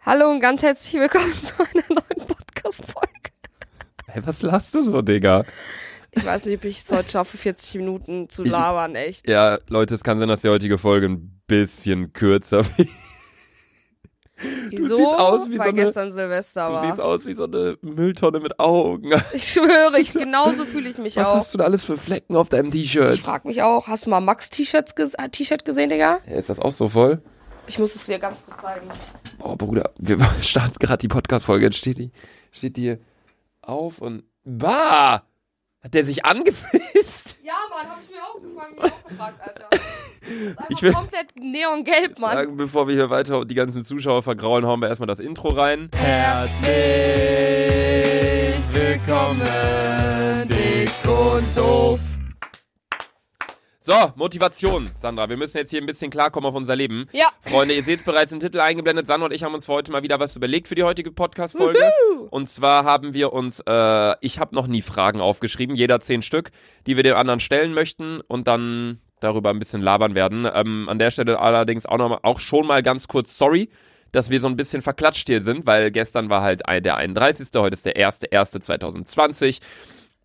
Hallo und ganz herzlich willkommen zu einer neuen Podcast-Folge. Hey, was lachst du so, Digga? Ich weiß nicht, ob ich es heute schaffe, 40 Minuten zu labern, echt. Ja, Leute, es kann sein, dass die heutige Folge ein bisschen kürzer wird. Wieso? siehst aus wie Weil so eine- gestern Silvester Du war. siehst aus wie so eine Mülltonne mit Augen. ich schwöre, ich, genauso fühle ich mich Was auch. hast du da alles für Flecken auf deinem Ich T-Shirt? frag mich auch, hast du mal Max T-Shirts ges äh, T-Shirt gesehen, Digga? Ja, ist das auch so voll? Ich muss es dir ganz kurz zeigen. Oh, Bruder, wir starten gerade die Podcast-Folge. Jetzt steht die, steht die hier auf und. Bah! Hat der sich angepisst? Ja, Mann, hab ich mir auch gefangen, auch gefragt, Alter. Ich will- komplett neongelb, Mann. Sagen, bevor wir hier weiter die ganzen Zuschauer vergrauen, hauen wir erstmal das Intro rein. Herzlich willkommen, dick und doof. So, Motivation, Sandra. Wir müssen jetzt hier ein bisschen klarkommen auf unser Leben. Ja. Freunde, ihr seht es bereits im Titel eingeblendet. Sandra und ich haben uns für heute mal wieder was überlegt für die heutige Podcast-Folge. Und zwar haben wir uns, äh, ich habe noch nie Fragen aufgeschrieben, jeder zehn Stück, die wir dem anderen stellen möchten und dann darüber ein bisschen labern werden. Ähm, an der Stelle allerdings auch, noch mal, auch schon mal ganz kurz sorry, dass wir so ein bisschen verklatscht hier sind, weil gestern war halt ein- der 31., heute ist der 1.1.2020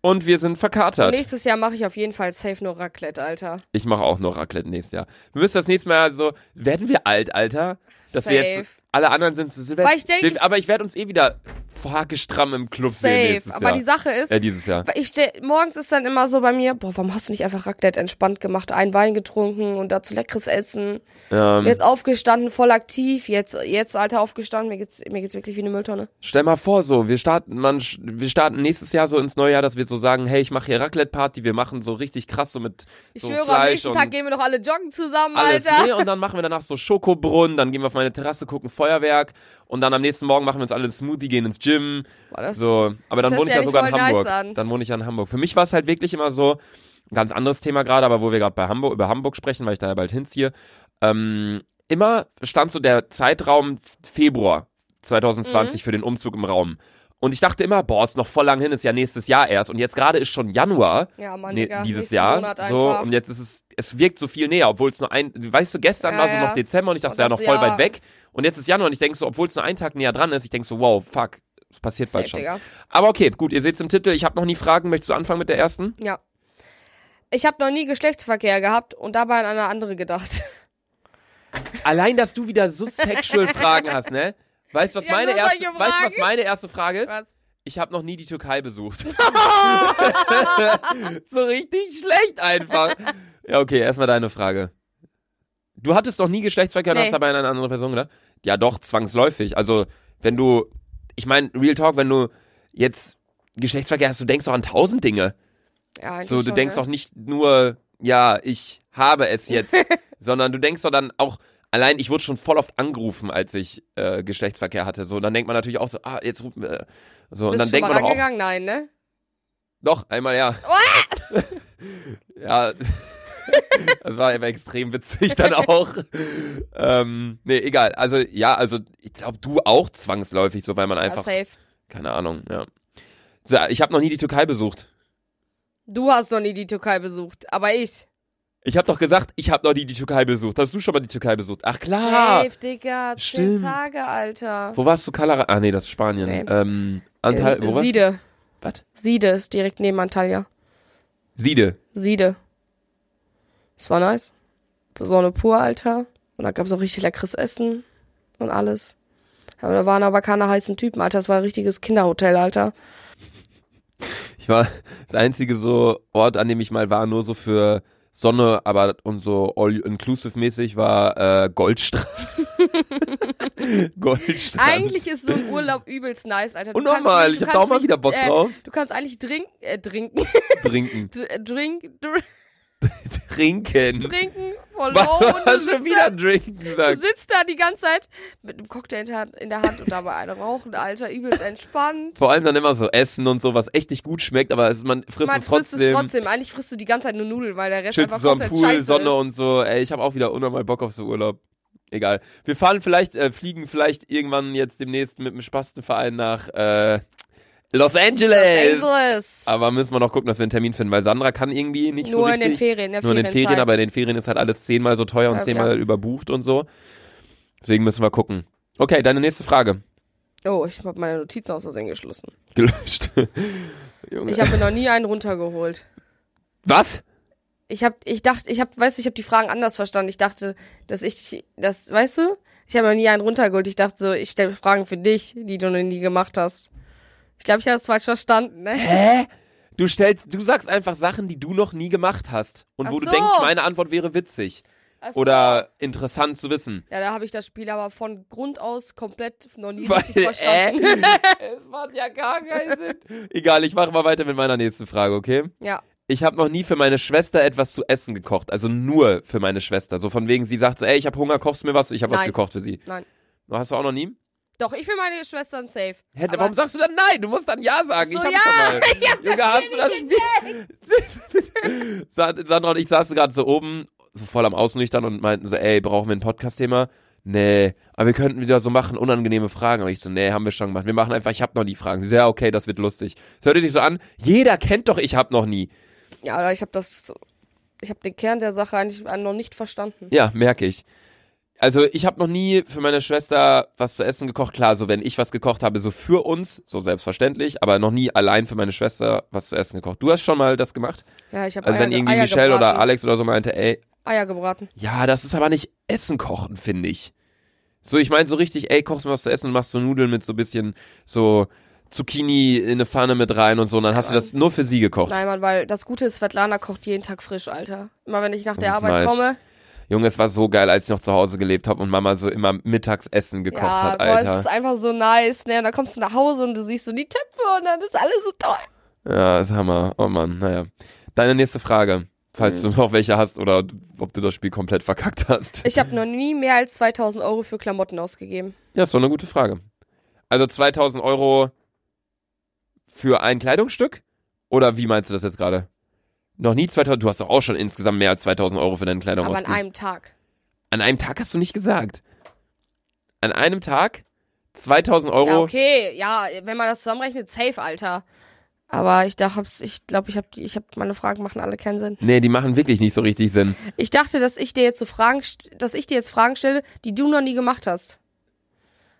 und wir sind verkatert. Nächstes Jahr mache ich auf jeden Fall safe nur Raclette, Alter. Ich mache auch noch Raclette nächstes Jahr. Wir müssen das nächste Mal so, werden wir alt, Alter? Dass wir Safe. jetzt, alle anderen sind zu Silvester. Weil ich denk, Wir- ich- aber ich werde uns eh wieder fahrgestramm im Club sehen Safe. nächstes Aber Jahr. die Sache ist, äh, dieses Jahr. weil ich stell, morgens ist dann immer so bei mir, boah, warum hast du nicht einfach Raclette entspannt gemacht, einen Wein getrunken und dazu leckeres Essen. Ähm, Jetzt aufgestanden, voll aktiv, jetzt, jetzt Alter, aufgestanden, mir geht's, mir geht's wirklich wie eine Mülltonne. Stell mal vor, so, wir starten, man, sch- wir starten nächstes Jahr so ins neue Jahr, dass wir so sagen, hey, ich mache hier Raclette-Party, wir machen so richtig krass so mit Ich so schwöre, am Fleisch nächsten und Tag gehen wir noch alle joggen zusammen, alles. Alter. Nee, und dann machen wir danach so Schokobrunnen, dann gehen wir auf meine Terrasse, gucken Feuerwerk und dann am nächsten Morgen machen wir uns alle einen Smoothie, gehen ins Gym. Boah, das- So, aber dann Das wohne ich hört ja sich sogar in eigentlich voll Hamburg. nice an. Dann wohne ich ja in Hamburg. Für mich war es halt wirklich immer so, ein ganz anderes Thema gerade, aber wo wir gerade bei Hamburg, über Hamburg sprechen, weil ich da ja bald hinziehe. Ähm, immer stand so der Zeitraum Februar Mhm. 2020 für den Umzug im Raum. Und ich dachte immer, boah, ist noch voll lang hin, ist ja nächstes Jahr erst. Und jetzt gerade ist schon Januar Ja, Mann, nee, Digga, dieses nächsten Jahr. Monat so, einfach. und jetzt ist es, es wirkt so viel näher, obwohl es nur ein, weißt du, gestern Ja, war so ja. noch Dezember und ich dachte, Und so, ja, noch das voll Jahr- weit weg. Und jetzt ist Januar und ich denke so, obwohl es nur einen Tag näher dran ist, ich denke so, wow, fuck, es passiert Safe, bald schon. Digga. Aber okay, gut, ihr seht es im Titel, ich habe noch nie Fragen. Möchtest du anfangen mit der ersten? Ja. Ich habe noch nie Geschlechtsverkehr gehabt und dabei an eine andere gedacht. Allein, dass du wieder so sexual Fragen hast, ne? Weißt du, was, Ja, meine nur erste, solche weißt, du, was Fragen. meine erste Frage ist? Was? Ich habe noch nie die Türkei besucht. so richtig schlecht einfach. Ja, okay, erstmal deine Frage. Du hattest doch nie Geschlechtsverkehr und Nee. hast dabei an eine andere Person gedacht? Ja, doch, zwangsläufig. Also, wenn du, ich meine, Real Talk, wenn du jetzt Geschlechtsverkehr hast, du denkst doch an tausend Dinge. Ja, eigentlich So, du schon, denkst ne? doch nicht nur, ja, ich habe es jetzt, sondern du denkst doch dann auch, allein ich wurde schon voll oft angerufen, als ich äh, Geschlechtsverkehr hatte. So, dann denkt man natürlich auch so, ah, jetzt ruft äh, so und Bist dann du denkt schon man mal doch auch, rangegangen? Nein, ne? doch einmal ja. ja, das war eben extrem witzig dann auch. ähm, nee, egal. Also ja, also ich glaube, du auch zwangsläufig, so weil man Ja, einfach, safe. keine Ahnung, ja. So, ich habe noch nie die Türkei besucht. Du hast noch nie die Türkei besucht, aber ich. Ich habe doch gesagt, ich habe noch nie die Türkei besucht. Hast du schon mal die Türkei besucht? Ach klar. Safe, Digga. Zehn Stimmt. Tage, Alter. Wo warst du? Kalara? Ah nee, das ist Spanien. Nee. Äh, Ähm, Antal wo warst du? Siede. Was? Siede ist direkt neben Antalya. Siede. Siede. Es war nice. Sonne pur, Alter. Und da gab's auch richtig leckeres Essen und alles. Aber da waren aber keine heißen Typen, Alter. Es war ein richtiges Kinderhotel, Alter. Ich war das einzige so Ort, an dem ich mal war, nur so für Sonne, aber und so all-inclusive-mäßig war äh, Goldstrand. Goldstrand. Eigentlich ist so ein Urlaub übelst nice, Alter. Du Und nochmal, kannst- ich du habe da auch kannst mal nicht, wieder Bock äh, drauf. Du kannst eigentlich trinken, äh, trinken, Trinken. dr- drink, dr Trinken. trinken, voll Was low und du was sitzt schon wieder trinken da, du sagt. sitzt da die ganze Zeit mit einem Cocktail in der Hand- in der Hand und dabei eine rauchen, Alter, übelst entspannt. Vor allem dann immer so Essen und so, was echt nicht gut schmeckt, aber es, man frisst Man es frisst trotzdem. es trotzdem. Eigentlich frisst du die ganze Zeit nur Nudeln, weil der Rest Chillst einfach so am komplett Pool, scheiße Sonne ist. und so. Ey, ich habe auch wieder unnormal Bock auf so Urlaub. Egal. Wir fahren vielleicht, äh, fliegen vielleicht irgendwann jetzt demnächst mit dem Spastenverein nach äh, Los, Angeles. Los Angeles. Aber müssen wir noch gucken, dass wir einen Termin finden, weil Sandra kann irgendwie nicht so Nur in richtig. den Ferien, der nur in den Ferien, Ferienzeit. aber in den Ferien ist halt alles zehnmal so teuer und Ja, zehnmal ja. überbucht und so. Deswegen müssen wir gucken. Okay, deine nächste Frage. Oh, ich habe meine Notizen aus Versehen geschlossen. Gelöscht. Junge. Ich habe mir noch nie einen runtergeholt. Was? Ich habe, ich dachte, ich habe, weißt du, ich habe die Fragen anders verstanden. Ich dachte, dass ich, das, weißt du, ich habe noch nie einen runtergeholt. Ich dachte so, ich stelle Fragen für dich, die du noch nie gemacht hast. Ich glaube, ich habe es falsch verstanden. Ne? Hä? Du stellst, du sagst einfach Sachen, die du noch nie gemacht hast und Ach wo du so. denkst, meine Antwort wäre witzig Ach so. oder interessant zu wissen. Ja, da habe ich das Spiel aber von Grund aus komplett noch nie Weil, richtig verstanden. es macht ja gar keinen Sinn. Egal, ich mache mal weiter mit meiner nächsten Frage, okay? Ja. Ich habe noch nie für meine Schwester etwas zu essen gekocht, also nur für meine Schwester. So von wegen, sie sagt so, ey, ich habe Hunger, kochst du mir was? Ich habe was Nein. gekocht für sie. Nein. Hast du auch noch nie? Doch, ich will meine Schwestern safe. Hä, Aber- warum sagst du dann nein? Du musst dann ja sagen. So, ich hab's ja. ja. mal. Junge, hast du das Spiel? Sa- Sandra und ich saßen gerade so oben, so voll am Außennüchtern und meinten so, ey, brauchen wir ein Podcast-Thema? Nee, aber wir könnten wieder so machen, unangenehme Fragen. Aber ich so, nee, haben wir schon gemacht. Wir machen einfach, ich hab noch nie Fragen. Sie so, ja, okay, das wird lustig. Es hörte sich so an, jeder kennt doch, ich hab noch nie. Ja, aber ich habe das, ich habe den Kern der Sache eigentlich noch nicht verstanden. Ja, merke ich. Also ich habe noch nie für meine Schwester was zu essen gekocht. Klar, so wenn ich was gekocht habe, so für uns, so selbstverständlich, aber noch nie allein für meine Schwester was zu essen gekocht. Du hast schon mal das gemacht? Ja, ich habe Also Eier, wenn irgendwie Eier Michelle gebraten. oder Alex oder so meinte, ey, Eier gebraten. ja, das ist aber nicht Essen kochen, finde ich. So, ich meine so richtig, ey, kochst mir was zu essen und machst so Nudeln mit so bisschen so Zucchini in eine Pfanne mit rein und so, und dann hast du das nur für sie gekocht. Nein, Mann, weil das Gute ist, Svetlana kocht jeden Tag frisch, Alter. Immer wenn ich nach der ist Arbeit nice. komme, Junge, es war so geil, als ich noch zu Hause gelebt habe und Mama so immer Mittagsessen gekocht ja, hat, boah, es halt, Alter. ist einfach so nice, ne? Und dann kommst du nach Hause und du siehst so die Töpfe und dann ist alles so toll. Ja, ist Hammer. Oh Mann, naja. Deine nächste Frage, falls du noch welche hast oder ob du das Spiel komplett verkackt hast. Mhm. Ich habe noch nie mehr als 2000 Euro für Klamotten ausgegeben. ja, ist doch eine gute Frage. Also 2000 Euro für ein Kleidungsstück? Oder wie meinst du das jetzt gerade? Noch nie 2000, du hast doch auch schon insgesamt mehr als 2000 Euro für deine Kleidung aber an ausgegeben. einem Tag. an einem Tag hast du nicht gesagt. An einem Tag 2000 Euro. Ja, okay, ja, wenn man das zusammenrechnet, safe, Alter. Aber ich dachte, ich glaube, ich habe ich hab, meine Fragen machen alle keinen Sinn. Nee, die machen wirklich nicht so richtig Sinn. Ich dachte, dass ich dir jetzt so Fragen, st- dass ich dir jetzt Fragen stelle, die du noch nie gemacht hast.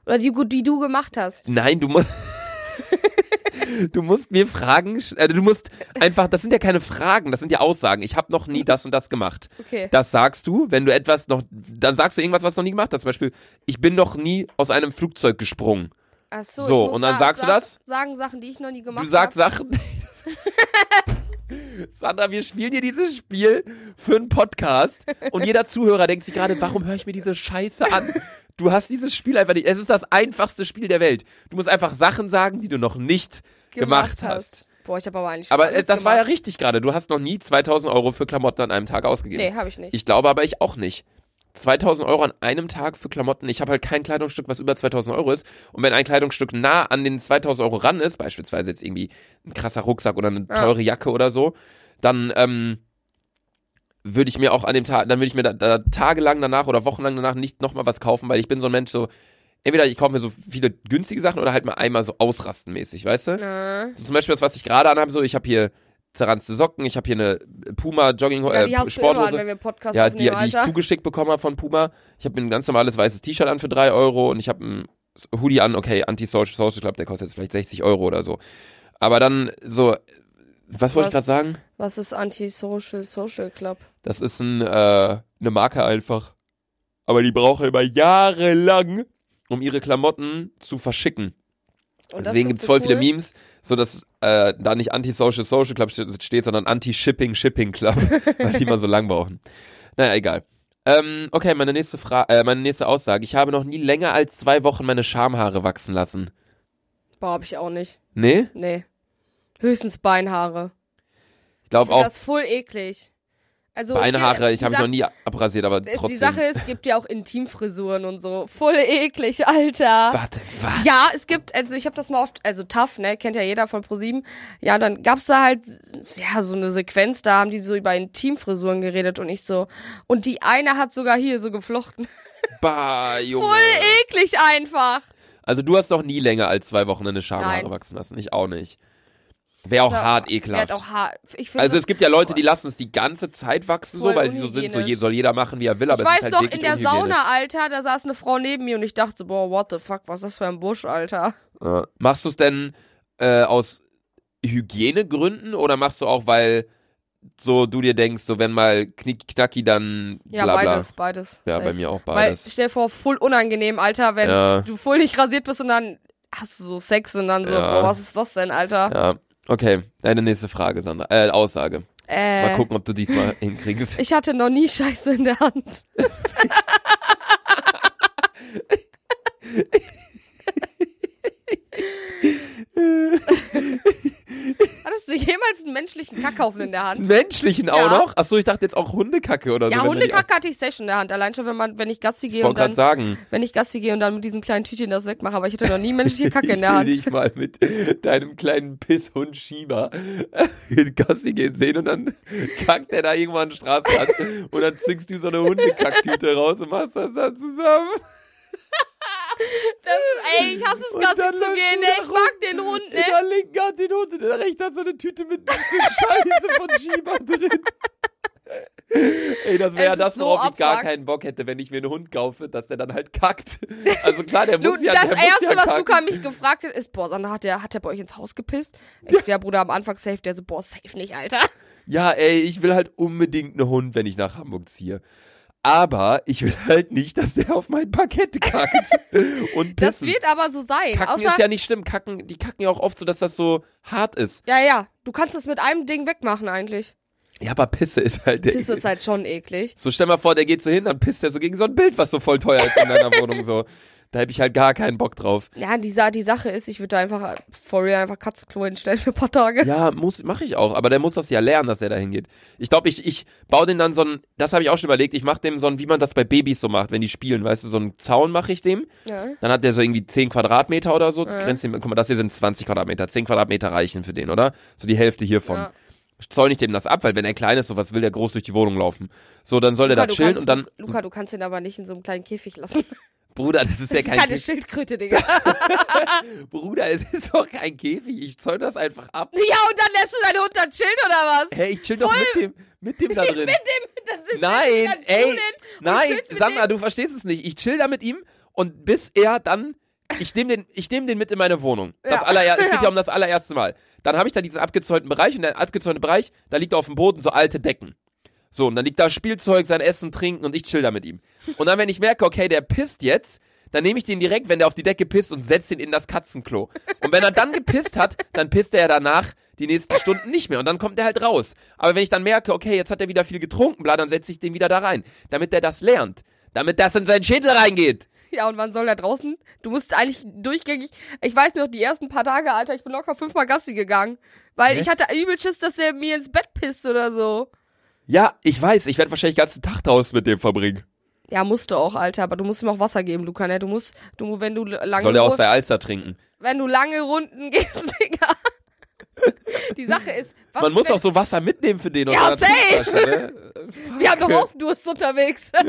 Oder die, die du gemacht hast. Nein, du musst. du musst mir Fragen. sch- Also du musst einfach. Das sind ja keine Fragen, das sind ja Aussagen. Ich habe noch nie das und das gemacht. Okay. Das sagst du, wenn du etwas noch. Dann sagst du irgendwas, was du noch nie gemacht hast. Zum Beispiel, ich bin noch nie aus einem Flugzeug gesprungen. Ach so, So, ich muss und dann sa- sagst du sa- das? Sagen Sachen, die ich noch nie gemacht Du habe. sagst Sachen. Sandra, wir spielen hier dieses Spiel für einen Podcast und jeder Zuhörer denkt sich gerade, warum höre ich mir diese Scheiße an? Du hast dieses Spiel einfach nicht. Es ist das einfachste Spiel der Welt. Du musst einfach Sachen sagen, die du noch nicht gemacht, hast. Boah, ich habe aber eigentlich. schon Aber alles äh, das war ja gemacht. richtig gerade. Du hast noch nie 2000 Euro für Klamotten an einem Tag ausgegeben. Nee, habe ich nicht. Ich glaube aber ich auch nicht. 2000 Euro an einem Tag für Klamotten. Ich habe halt kein Kleidungsstück, was über 2000 Euro ist. Und wenn ein Kleidungsstück nah an den 2000 Euro ran ist, beispielsweise jetzt irgendwie ein krasser Rucksack oder eine Ja. teure Jacke oder so, dann ähm, würde ich mir auch an dem Tag, dann würde ich mir da, da tagelang danach oder wochenlang danach nicht nochmal was kaufen, weil ich bin so ein Mensch, so entweder ich kaufe mir so viele günstige Sachen oder halt mal einmal so ausrastenmäßig, weißt du? Na. So zum Beispiel das, was ich gerade anhabe, so ich habe hier zerranzte Socken, ich habe hier eine Puma Jogging Ja, die äh, hast du immer an, Sporthose, wenn wir Podcast ja, die, aufnehmen, die ich Alter. zugeschickt bekommen habe von Puma. Ich habe mir ein ganz normales weißes T-Shirt an für 3 Euro und ich habe ein Hoodie an, okay, Anti-Social Social Club, der kostet jetzt vielleicht 60 Euro oder so. Aber dann so, was wollte ich Was? gerade sagen? Was ist Antisocial Social Club? Das ist ein, äh, eine Marke einfach. Aber die brauchen immer jahrelang, um ihre Klamotten zu verschicken. Und das Also Deswegen gibt findest du es voll viele cool? Memes, so dass äh, da nicht Anti-Social Social Club steht, steht sondern Anti-Shipping Shipping Club, weil die immer so lang brauchen. Naja, egal. Ähm, okay, meine nächste Frage, äh, meine nächste Aussage. Ich habe noch nie länger als zwei Wochen meine Schamhaare wachsen lassen. Boah, hab ich auch nicht. Nee? Nee. Höchstens Beinhaare. Ich glaube auch das ist voll eklig. Also, es gibt- Beinhaare, ich die habe mich Sache- noch nie abrasiert, aber Es- trotzdem. Die Sache ist, es gibt ja auch Intimfrisuren und so. Voll eklig, Alter. Warte, was? Ja, es gibt, also ich habe das mal oft, also tough, ne, kennt ja jeder von ProSieben. Ja, dann gab's da halt ja so eine Sequenz, da haben die so über Intimfrisuren geredet und ich so und die eine hat sogar hier so geflochten. Bah, Junge. Voll eklig einfach. Also du hast noch nie länger als zwei Wochen eine Schamhaare Nein. wachsen lassen. Ich auch nicht. Wäre auch Ist hart Wär halt ekelhaft. auch hart. Ich finde also das- es gibt ja Leute, die lassen es die ganze Zeit wachsen, so, Voll weil sie so sind, so je, unhygienisch. soll jeder machen, wie er will, aber Ich es ist weiß halt doch, wirklich in der unhygienisch. Sauna, Alter, da saß eine Frau neben mir und ich dachte, so, boah, what the fuck, was ist das für ein Busch, Alter? Ja. Machst du es denn äh, aus Hygienegründen oder machst du auch, weil so du dir denkst, so wenn mal knick knacki dann Ja, bla bla. beides, beides. Ja, Safe. bei mir auch Weil, beides. stell dir vor, voll unangenehm, Alter, wenn Ja. du voll nicht rasiert bist und dann hast du so Sex und dann so, Ja. boah, was ist das denn, Alter? ja. Okay, deine nächste Frage, Sandra. Äh, Aussage. Äh, Mal gucken, ob du diesmal hinkriegst. Ich hatte noch nie Scheiße in der Hand. Hattest du jemals einen menschlichen Kackhaufen in der Hand? Menschlichen auch Ja. noch? Achso, ich dachte jetzt auch Hundekacke oder so. Ja, Also wenn du die- Hundekacke hatte ich safe schon in der Hand. Allein schon, wenn man, wenn ich Gassi Ich gehe und wollte gerade dann, sagen, wenn ich Gassi gehe und dann mit diesen kleinen Tütchen das wegmache. Aber ich hatte noch nie menschliche Kacke in ich der will Hand. dich mal mit deinem kleinen Pisshund Shiba äh, in Gassi gehen sehen und dann kackt er da irgendwann an den Straßenrand und dann zückst du so eine Hundekacktüte raus und machst das dann zusammen. Ey, ich hasse es, Und Gassi dann zu läufst gehen. du Ne? da Ich rum. mag den Hund, ne? In der linken Hand den Hund und in der rechten hat so eine Tüte mit ein Stück Scheiße von Shiba drin. Ey, das wäre Es ja ist das, so worauf ich gar abfuck. keinen Bock hätte, wenn ich mir einen Hund kaufe, dass der dann halt kackt. Also klar, der Du, muss ja das der erste, muss ja was kacken. Luca mich gefragt hat, ist, boah, Sandra, hat der, hat der bei euch ins Haus gepisst? Ich so, ja, Bruder, am Anfang safe, der so, boah, safe nicht, Alter. Ja, ey, ich will halt unbedingt einen Hund, wenn ich nach Hamburg ziehe. Aber ich will halt nicht, dass der auf mein Parkett kackt. und pissen. Das wird aber so sein. kacken außer, ist ja nicht schlimm. Kacken, die kacken ja auch oft so, dass das so hart ist. ja, ja, du kannst es mit einem Ding wegmachen eigentlich. Ja, aber Pisse ist halt der. Piss ist halt schon eklig. so stell mal vor, der geht so hin, dann pisst er so gegen so ein Bild, was so voll teuer ist in deiner Wohnung so. Da hab ich halt gar keinen Bock drauf. Ja, die, Sa- die Sache ist, ich würde da einfach äh, for real einfach Katzenklo hinstellen für ein paar Tage. Ja, muss mache ich auch, aber der muss das ja lernen, dass er da hingeht. Ich glaube, ich ich baue den dann so ein, das habe ich auch schon überlegt, ich mache dem so ein, wie man das bei Babys so macht, wenn die spielen, weißt du, so einen Zaun mache ich dem. Ja. Dann hat der so irgendwie 10 Quadratmeter oder so. Grenzt dem, guck mal, das hier sind 20 Quadratmeter. 10 Quadratmeter reichen für den, oder? So die Hälfte hiervon. Ja. Ich zäune ich dem das ab, weil wenn er klein ist, so was will der groß durch die Wohnung laufen. So, dann soll der Luca, da du chillen kannst, und dann, Luca, du kannst ihn aber nicht in so einem kleinen Käfig lassen. Bruder, das ist Das ja ist kein keine Käfig. Schildkröte, Digga. Bruder, es ist doch kein Käfig. Ich zäune das einfach ab. ja, und dann lässt du deinen Hund dann chillen oder was? Hey, ich chill doch mit dem, mit dem da drin. Dann sitzt du Nein, dann ey, chillen und nein, chillst mit Sandra, dem. du verstehst es nicht. Ich chill da mit ihm und bis er dann, ich nehme den, ich nehm den mit in meine Wohnung. Das Ja. Aller, es geht ja Ja. um das allererste Mal. Dann habe ich da diesen abgezäunten Bereich und der abgezäunte Bereich, da liegt auf dem Boden so alte Decken. So, und dann liegt da Spielzeug, sein Essen, Trinken und ich chill da mit ihm. Und dann, wenn ich merke, okay, der pisst jetzt, dann nehme ich den direkt, wenn der auf die Decke pisst und setze ihn in das Katzenklo. Und wenn er dann gepisst hat, dann pisst er ja danach die nächsten Stunden nicht mehr und dann kommt er halt raus. Aber wenn ich dann merke, okay, jetzt hat er wieder viel getrunken, bla, dann setze ich den wieder da rein, damit der das lernt, damit das in seinen Schädel reingeht. Ja, und wann soll er draußen? Du musst eigentlich durchgängig. Ich weiß noch, die ersten paar Tage, Alter, ich bin locker fünfmal Gassi gegangen. Weil Hä? ich hatte übel Schiss, dass er mir ins Bett pisst oder so. Ja, ich weiß, ich werde wahrscheinlich den ganzen Tag draußen mit dem verbringen. Ja, musst du auch, Alter, aber du musst ihm auch Wasser geben, Luca, ne? Du musst, du, wenn du lange, Soll er aus Ru- der Alster trinken? wenn du lange Runden gehst, Digga. Die Sache ist, was Man ist, muss wenn- auch so Wasser mitnehmen für den. aus Ja, seiner safe. Trinkflasche, ne? Wir haben doch auch Durst unterwegs.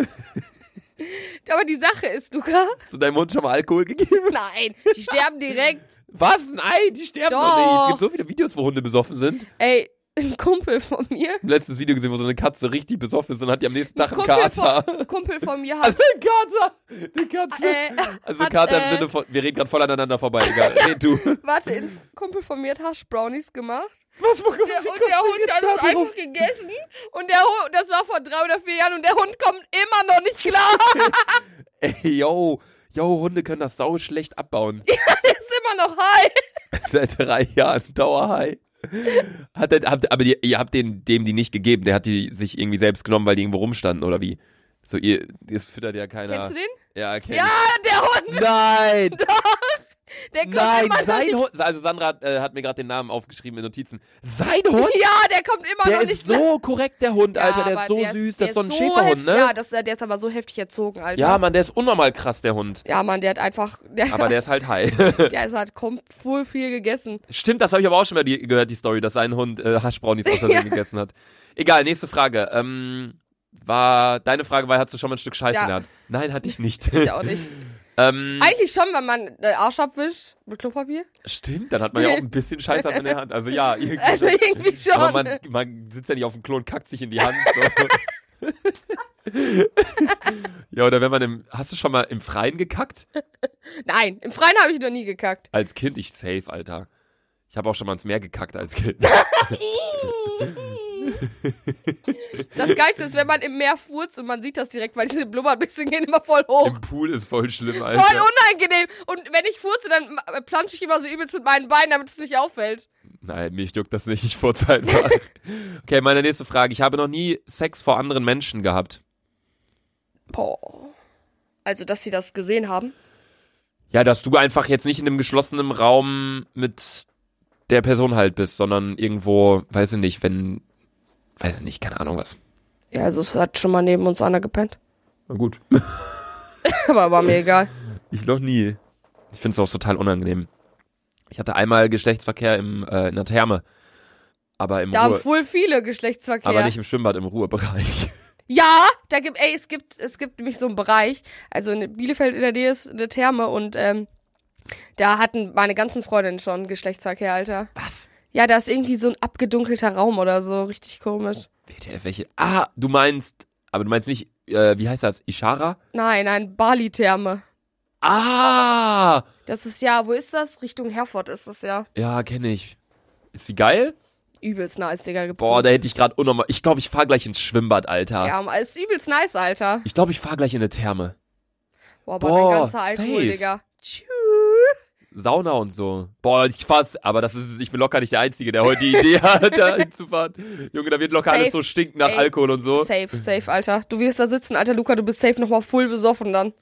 aber die Sache ist, Luca, Zu deinem Hund schon mal Alkohol gegeben? nein, die sterben direkt. Was? Nein, die sterben doch, nicht. Es Doch. gibt so viele Videos, wo Hunde besoffen sind. Ey, ein Kumpel von mir. Ich hab ein letztes Video gesehen, wo so eine Katze richtig besoffen ist und hat die am nächsten Tag einen Kumpel Kater. von, Kumpel von mir hat. Also ein Kater. Eine Katze. Äh, also hat, Kater im äh, Sinne von, wir reden gerade voll aneinander vorbei, egal. Red du. Warte, ein Kumpel von mir hat Haschbrownies gemacht. Was, wo kommt Der, und der Hund hat es einfach gegessen. Und der Hund, das war vor drei oder vier Jahren und der Hund kommt immer noch nicht klar. Ey, yo. Yo, Hunde können das sau schlecht abbauen. Ist immer noch high. Seit drei Jahren Dauerhigh. Hat der, habt, aber die, ihr habt den, dem die nicht gegeben. Der hat die sich irgendwie selbst genommen, weil die irgendwo rumstanden, oder wie? So, ihr, es füttert ja keiner. Kennst du den? Ja, kenn Ja, der Hund, ich. Nein! der kommt Nein, immer noch sein nicht. Hund. Also Sandra hat, äh, hat mir gerade den Namen aufgeschrieben in Notizen. Sein Hund? Ja, der kommt immer Der noch nicht ist klar. so korrekt, der Hund, Ja, Alter. Der ist aber so der süß. der Das ist so ein heftig- Schäferhund, Ja, ne? das, der ist aber so heftig erzogen, Alter. Ja, Mann, der ist unnormal krass, der Hund. Ja, Mann, der hat einfach, der, Aber der ist halt high. der ist halt kommt voll viel gegessen. Stimmt, das habe ich aber auch schon mal die, gehört, die Story, dass ein Hund äh, Haschbrownies aus Versehen gegessen hat. Egal, nächste Frage. Ähm, war, deine Frage war, hast du schon mal ein Stück Scheiße Ja. in der Hand? Nein, hatte ich nicht. Ich auch nicht. Ähm, Eigentlich schon, wenn man den Arsch abwischt mit Klopapier. stimmt, dann hat man ja auch ein bisschen Scheiß an der Hand. Also ja, irgendwie, Also schon. irgendwie schon. Aber man, man sitzt ja nicht auf dem Klo und kackt sich in die Hand. So. ja, oder wenn man im. Hast du schon mal im Freien gekackt? Nein, im Freien habe ich noch nie gekackt. Als Kind, ich safe, Alter. Ich habe auch schon mal ins Meer gekackt als Kind. Das Geilste ist, wenn man im Meer furzt und man sieht das direkt, weil diese Blubberbixen gehen immer voll hoch. Im Pool ist voll schlimm, Alter. Voll unangenehm. Und wenn ich furze, dann ma- plansche ich immer so übelst mit meinen Beinen, damit es nicht auffällt. Nein, mich juckt das nicht. Ich furze einfach. okay, meine nächste Frage. Ich habe noch nie Sex vor anderen Menschen gehabt. Boah. Also, dass sie das gesehen haben. Ja, dass du einfach jetzt nicht in einem geschlossenen Raum mit der Person halt bist, sondern irgendwo, weiß ich nicht, wenn, weiß ich nicht, keine Ahnung was. Ja, also es hat schon mal neben uns einer gepennt. Na gut. Aber war mir egal. Ich noch nie. Ich finde es auch total unangenehm. Ich hatte einmal Geschlechtsverkehr im, äh, in der Therme. Aber im Da haben Ruhe, voll viele Geschlechtsverkehr. aber nicht im Schwimmbad, im Ruhebereich. Ja, da gibt, ey, es gibt, es gibt nämlich so einen Bereich, also in Bielefeld in der Nähe ist eine Therme und ähm, da hatten meine ganzen Freundinnen schon Geschlechtsverkehr, Alter. Was? Ja, da ist irgendwie so ein abgedunkelter Raum oder so, richtig komisch. WTF, welche? Ah, du meinst, aber du meinst nicht, äh, wie heißt das? Ishara? Nein, nein, Bali-Therme. Ah! Das ist ja, wo ist das? Richtung Herford ist das ja. Ja, kenne ich. Ist die geil? Übelst nice, Digga. Gibt's Boah, so- da hätte ich gerade unnormal. Ich glaube, ich fahr gleich ins Schwimmbad, Alter. Ja, ist übelst nice, Alter. Ich glaube, ich fahr gleich in eine Therme. Boah, aber Boah, mein ganzer Alkohol, safe. Digga. Tschu. Sauna und so. Boah, ich fahr's, aber das ist, ich bin locker nicht der Einzige, der heute die Idee hat, da hinzufahren. Junge, da wird locker Safe. alles so stinken nach Ey, Alkohol und so. Safe, safe, Alter. Du wirst da sitzen, Alter Luca, du bist safe nochmal voll besoffen dann.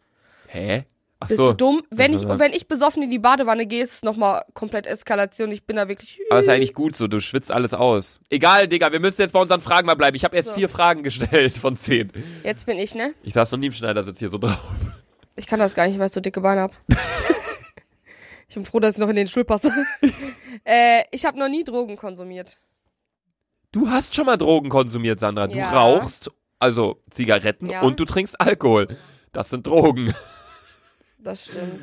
Hä? Ach Bist so. du dumm? Wenn ich, Also, ja. wenn ich besoffen in die Badewanne gehe, ist es nochmal komplett Eskalation. Ich bin da wirklich. Aber ist ja eigentlich gut so, du schwitzt alles aus. Egal, Digga, wir müssen jetzt bei unseren Fragen mal bleiben. Ich habe erst So. vier Fragen gestellt von zehn. Jetzt bin ich, ne? Ich saß noch nie im Schneidersitz hier so drauf. Ich kann das gar nicht, weil ich so dicke Beine hab. ich bin froh, dass ich noch in den Stuhl passe. äh, ich habe noch nie Drogen konsumiert. Du hast schon mal Drogen konsumiert, Sandra. Du Ja. rauchst, also Zigaretten Ja. und du trinkst Alkohol. Das sind Drogen. Das stimmt.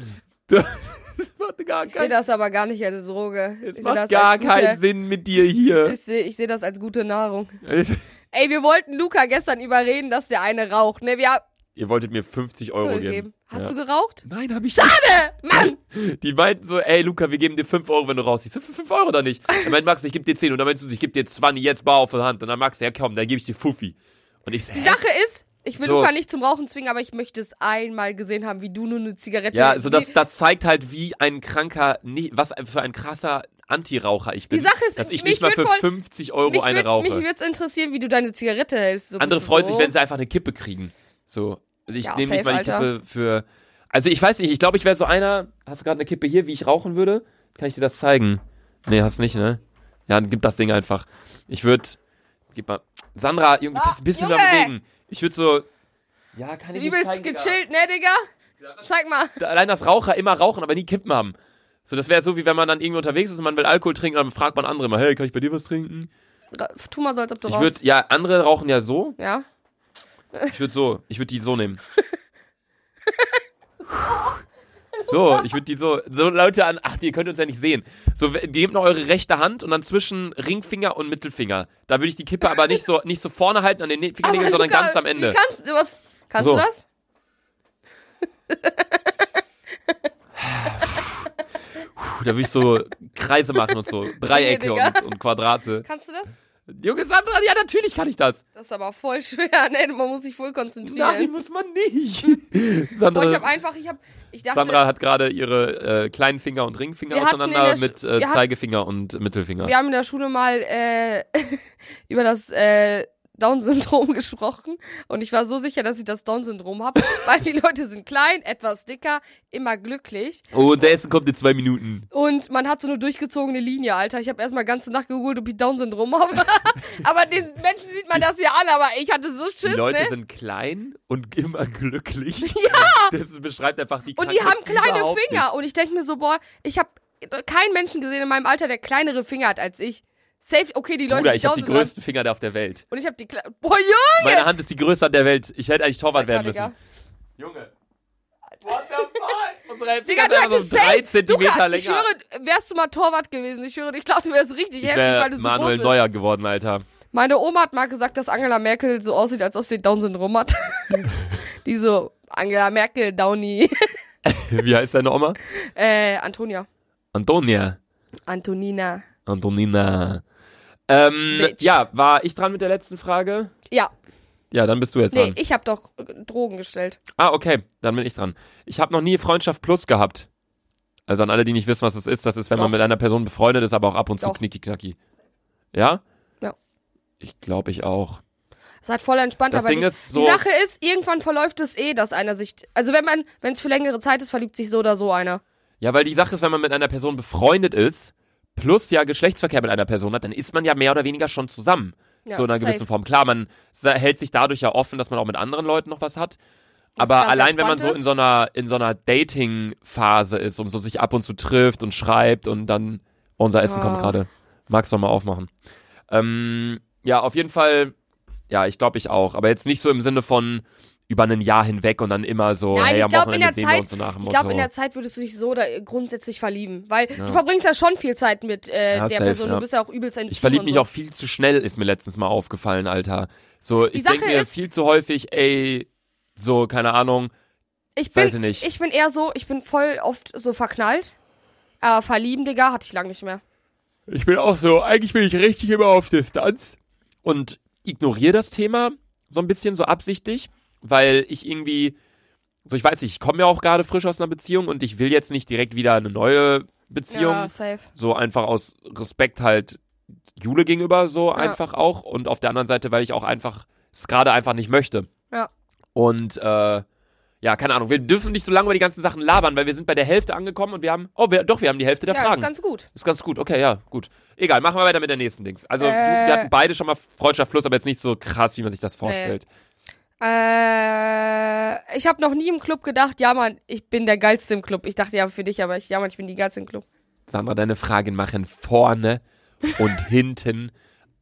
Das macht gar, Ich sehe das aber gar nicht als Droge. es ich sehe macht das gar als gute, keinen Sinn mit dir hier. Ich sehe ich seh das als gute Nahrung. Ey, wir wollten Luca gestern überreden, dass der eine raucht. Ne, wir haben Ihr wolltet mir 50 Euro Null geben. gegeben. Hast du ja. geraucht? Nein, hab ich Äh, Mann! nicht. Die meinten so, ey Luca, wir geben dir 5 Euro, wenn du rausziehst. Für 5 Euro oder nicht? Dann meint Max, ich geb dir 10. Und dann meinst du, ich geb dir 20 jetzt bar auf der Hand. Und dann Max, ja komm, dann gebe ich dir Fuffi. Und ich so, Die hä? Sache ist, ich will So. Luca nicht zum Rauchen zwingen, aber ich möchte es einmal gesehen haben, wie du nur eine Zigarette. Ja, so das, das zeigt halt, wie ein kranker, nie- was für ein krasser Antiraucher ich bin. Die Sache ist, dass ich mich nicht mal würd für voll- 50 Euro mich eine würd- Mich rauche. würde es interessieren, wie du deine Zigarette hältst. So Andere bist du freuen so. sich, wenn sie einfach eine Kippe kriegen. So. Ich Ja, nehme safe, nicht meine Alter. Kippe für. Also ich weiß nicht, ich glaube, ich wäre so einer. Hast du gerade eine Kippe hier, wie ich rauchen würde? Kann ich dir das zeigen? Nee, hast nicht, ne? Ja, dann gib das Ding einfach. Ich würde. Gib mal. Sandra, Junge, du kannst ein bisschen mehr Ah, Junge! bewegen. Ich würde so. Ja, kann So ich nicht übelst zeigen, Digga. gechillt, ne, Digga? Zeig mal. Da- allein das Raucher immer rauchen, aber nie Kippen haben. So, das wäre so, wie wenn man dann irgendwie unterwegs ist und man will Alkohol trinken, dann fragt man andere mal, hey, kann ich bei dir was trinken? Ra- Tu mal so, als ob du Ich rauchst. würde, ja, andere rauchen ja so. Ja. Ich würde so, ich würde die so nehmen. So, ich würde die so, so Leute an, ach, ihr könnt uns ja nicht sehen. So, we- nehmt noch eure rechte Hand und dann zwischen Ringfinger und Mittelfinger. Da würde ich die Kippe aber nicht so, nicht so vorne halten an den Fingernägeln, sondern Luca, ganz am Ende. wie Kannst, du was, kannst So. du das? Puh, da würde ich so Kreise machen und so, Dreiecke Digga. und, und Quadrate. Kannst du das? Junge Sandra, ja, natürlich kann ich das. Das ist aber voll schwer, ne? Man muss sich voll konzentrieren. Nein, muss man nicht. Boah, ich hab Sandra, einfach, ich hab, ich dachte, Sandra hat gerade ihre äh, kleinen Finger und Ringfinger Wir hatten auseinander in der Sch- mit äh, wir hatten- Zeigefinger und Mittelfinger. wir haben in der Schule mal äh, über das äh, Down-Syndrom gesprochen und ich war so sicher, dass ich das Down-Syndrom habe, weil die Leute sind klein, etwas dicker, immer glücklich Oh, unser Essen kommt in zwei Minuten. und man hat so eine durchgezogene Linie, Alter. Ich habe erstmal ganze Nacht gegoogelt, ob ich Down-Syndrom habe. aber den Menschen sieht man das ja an, aber ich hatte so Schiss, Die Leute ne? sind klein und immer glücklich. Ja! Das beschreibt einfach die Und die Krankheit haben kleine überhaupt Finger. Oh, Und ich denke mir so, boah, ich habe keinen Menschen gesehen in meinem Alter, der kleinere Finger hat als ich. Safe, okay, die Nicht. Leute, Bruder, die ich habe die Down-Syndrom haben. größten Finger da auf der Welt. Und ich habe die Kle Boah, Junge! Meine Hand ist die größte an der Welt. Ich hätte eigentlich Torwart Zeig mal, werden müssen. Digga. Junge. What the fuck? Unsere Hälfte Digga, du ist einfach hättest so drei safe- Zentimeter Lukas, ich länger. schwöre, wärst du mal Torwart gewesen, ich schwöre, ich glaube, du wärst richtig Ich heftig, weil wäre du so Manuel groß bist. Neuer geworden, Alter. Meine Oma hat mal gesagt, dass Angela Merkel so aussieht, als ob sie Down-Syndrom hat. Die so, Angela Merkel, Downy. Wie heißt deine Oma? Äh, Antonia. Antonia. Antonina. Antonina. Ähm, Bitch. ja, war ich dran mit der letzten Frage? Ja, Ja, dann bist du jetzt nee, dran. ich habe doch äh, Drogen gestellt. Ah, okay, dann bin ich dran. Ich habe noch nie Freundschaft Plus gehabt. Also an alle, die nicht wissen, was das ist, das ist, wenn man Doch. mit einer Person befreundet ist, aber auch ab und zu Doch. knicki-knacki. Ja? Ja. Ich glaube, ich auch. Es hat voll entspannt, Das aber Ding die, ist so- die Sache ist, irgendwann verläuft es eh, dass einer sich, also wenn man, wenn es für längere Zeit ist, verliebt sich so oder so einer. Ja, weil die Sache ist, wenn man mit einer Person befreundet ist, plus ja Geschlechtsverkehr mit einer Person hat, dann ist man ja mehr oder weniger schon zusammen. Ja, so in einer safe. gewissen Form. Klar, man sa- hält sich dadurch ja offen, dass man auch mit anderen Leuten noch was hat. Aber ganz allein, wenn man entspannt so ist. in so einer, in so einer Dating-Phase ist und so sich ab und zu trifft und schreibt und dann oh, unser Essen Ah. kommt gerade. Magst du noch mal aufmachen? Ähm, ja, auf jeden Fall, ja, ich glaube ich auch. Aber jetzt nicht so im Sinne von über ein Jahr hinweg und dann immer so, Nein, hey, ich am glaub, in Wochenende der sehen wir Zeit- uns so nach dem Ich glaube, Motto. in der Zeit würdest du dich so oder grundsätzlich verlieben, weil Ja. du verbringst ja schon viel Zeit mit äh, Ja, der safe, Person. ja. Du bist ja auch übelst ein Ich Team verlieb und mich so. auch viel zu schnell, ist mir letztens mal aufgefallen, Alter. So, ich Sache denke mir ist- viel zu häufig, ey, so, keine Ahnung. Ich bin, Weiß ich nicht. bin eher so, ich bin voll oft so verknallt. Aber verlieben, Digga, hatte ich lange nicht mehr. Ich bin auch so, eigentlich bin ich richtig immer auf Distanz und ignoriere das Thema so ein bisschen so absichtlich, weil ich irgendwie, so ich weiß nicht, ich komme ja auch gerade frisch aus einer Beziehung und ich will jetzt nicht direkt wieder eine neue Beziehung Ja, safe. so einfach aus Respekt halt Jule gegenüber so einfach auch und auf der anderen Seite, weil ich auch einfach es gerade einfach nicht möchte. Ja. Und äh, ja, keine Ahnung, wir dürfen nicht so lange über die ganzen Sachen labern, weil wir sind bei der Hälfte angekommen und wir haben, oh, wir, doch, wir haben die Hälfte der ja, Fragen. ist ganz gut. Ist ganz gut, okay, ja, gut. Egal, machen wir weiter mit der nächsten Dings. Also, du, Äh. wir hatten beide schon mal Freundschaft plus, aber jetzt nicht so krass, wie man sich das vorstellt. Äh, ich habe noch nie im Club gedacht, ja, Mann, ich bin der Geilste im Club. Ich dachte ja für dich, aber ich, ja, Mann, ich bin die Geilste im Club. Sandra, deine Fragen machen vorne und hinten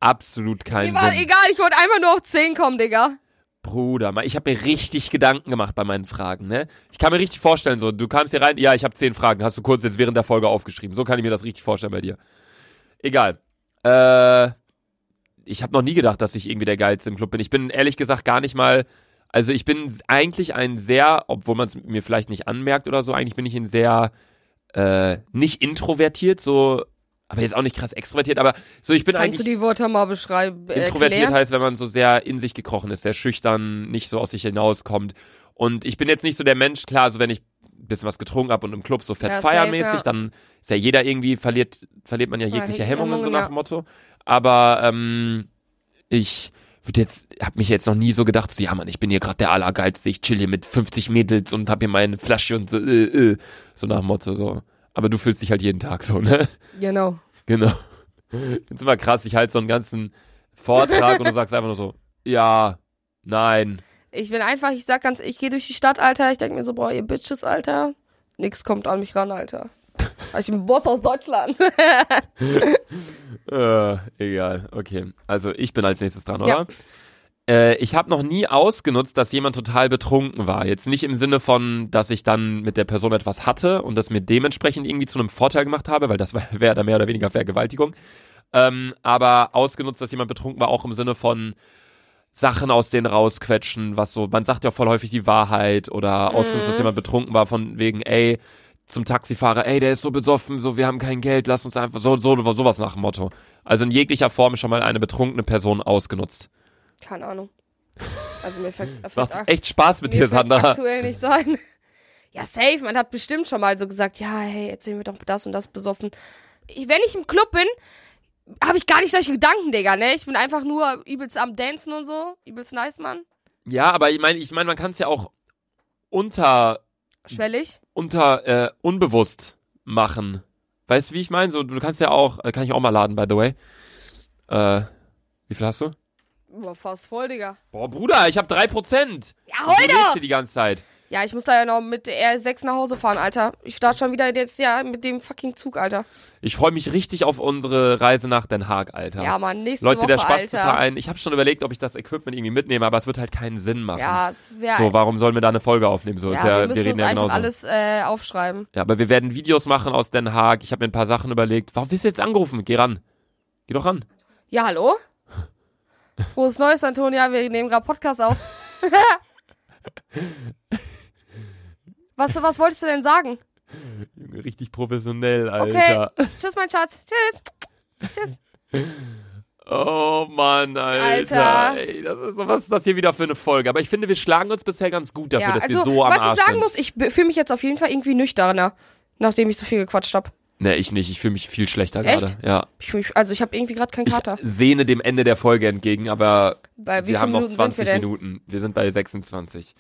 absolut Mir keinen war Sinn. egal, ich wollte einfach nur auf 10 kommen, Digga. Bruder, Mann, ich habe mir richtig Gedanken gemacht bei meinen Fragen, ne? Ich kann mir richtig vorstellen, so, du kamst hier rein, ja, ich habe zehn Fragen, hast du kurz jetzt während der Folge aufgeschrieben. So kann ich mir das richtig vorstellen bei dir. Egal. Äh, ich habe noch nie gedacht, dass ich irgendwie der Geilste im Club bin. Ich bin ehrlich gesagt gar nicht mal, also ich bin eigentlich ein sehr, obwohl man es mir vielleicht nicht anmerkt oder so, eigentlich bin ich ein sehr, äh, nicht introvertiert, so, aber jetzt auch nicht krass extrovertiert, aber so, ich bin Kannst du eigentlich... die Wörter mal beschreiben? äh, Introvertiert erklären? heißt, wenn man so sehr in sich gekrochen ist, sehr schüchtern, nicht so aus sich hinauskommt. Und ich bin jetzt nicht so der Mensch, klar, so wenn ich ein bisschen was getrunken habe und im Club so fett Ja, safe, feiermäßig, ja. dann ist ja jeder irgendwie, verliert, verliert man ja Ja, jegliche jegliche Hemmungen, so Hemmungen, nach ja. dem Motto. Aber ähm, ich würde jetzt, habe mich jetzt noch nie so gedacht, so, ja Mann, ich bin hier gerade der Allergeilste, ich chill hier mit 50 Mädels und habe hier meine Flasche und so, äh, äh, so nach dem Motto, so. Aber du fühlst dich halt jeden Tag so, ne? Genau. Genau. Ich find's immer krass, ich halte so einen ganzen Vortrag und du sagst einfach nur so, ja, nein. Ich bin einfach, ich sag ganz, ich gehe durch die Stadt, Alter. Ich denk mir so, boah, ihr Bitches, Alter. Nix kommt an mich ran, Alter. Weil Ich bin Boss aus Deutschland. Äh, egal, okay. Also ich bin als nächstes dran, oder? Äh, ich habe noch nie ausgenutzt, dass jemand total betrunken war. Jetzt nicht im Sinne von, dass ich dann mit der Person etwas hatte und das mir dementsprechend irgendwie zu einem Vorteil gemacht habe, weil das wäre dann mehr oder weniger Vergewaltigung. Ähm, aber ausgenutzt, dass jemand betrunken war, auch im Sinne von Sachen aus denen rausquetschen, was so, man sagt ja voll häufig die Wahrheit oder ausgenutzt, dass jemand betrunken war, von wegen, ey, zum Taxifahrer, ey, der ist so besoffen, so, wir haben kein Geld, lass uns einfach, so, so, sowas nach dem Motto. Also in jeglicher Form schon mal eine betrunkene Person ausgenutzt. Keine Ahnung. Also mir fällt, fällt Macht ak- echt Spaß mir mit dir, fällt Sandra. halt aktuell nicht so ein. Ja, safe. Man hat bestimmt schon mal so gesagt, ja, hey, erzähl mir doch das und das besoffen. Ich, wenn ich im Club bin, habe ich gar nicht solche Gedanken, Digga, ne? Ich bin einfach nur übelst am Dancen und so. Übelst nice, Mann. Ja, aber ich meine, ich meine, man kann es ja auch unter, Schwellig. unter, äh, unbewusst machen. Weißt du, wie ich meine? So, du kannst ja auch, äh, kann ich auch mal laden, by the way. Äh, wie viel hast du? Boah, fast voll, Digga. Boah, Bruder, ich habe 3%. Ja, Und hol du redest doch! hier die ganze Zeit. Ja, ich muss da ja noch mit der R6 nach Hause fahren, Alter. Ich starte schon wieder jetzt ja mit dem fucking Zug, Alter. Ich freue mich richtig auf unsere Reise nach Den Haag, Alter. Ja, Mann, nächste Leute, Woche, der Alter. Spastenverein. Ich habe schon überlegt, ob ich das Equipment irgendwie mitnehme, aber es wird halt keinen Sinn machen. Ja, es wäre So, warum sollen wir da eine Folge aufnehmen? So ist ja, ja, wir müssen reden uns ja einfach genauso. alles äh, aufschreiben. Ja, aber wir werden Videos machen aus Den Haag. Ich habe mir ein paar Sachen überlegt. Warum bist du jetzt angerufen? Geh ran. Geh doch ran. Ja, hallo? Frohes Neues, Antonia. Wir nehmen gerade Podcast auf. was, was wolltest du denn sagen? Junge, richtig professionell, Okay. Alter. Tschüss, mein Schatz. Tschüss. Tschüss. Oh Mann, Alter. Alter. Ey, das ist, was ist das hier wieder für eine Folge? Aber ich finde, wir schlagen uns bisher ganz gut dafür, ja, dass also, wir so am was Arsch ich sagen sind. muss, ich fühle mich jetzt auf jeden Fall irgendwie nüchterner, nachdem ich so viel gequatscht habe. nee, ich nicht. Ich fühle mich viel schlechter Echt? gerade. Ja. Ich, mich- also, ich habe irgendwie gerade keinen Ich Kater. sehne dem Ende der Folge entgegen, aber Bei wie wir vielen haben noch Minuten sind wir 20 denn? Minuten. Wir sind bei 26.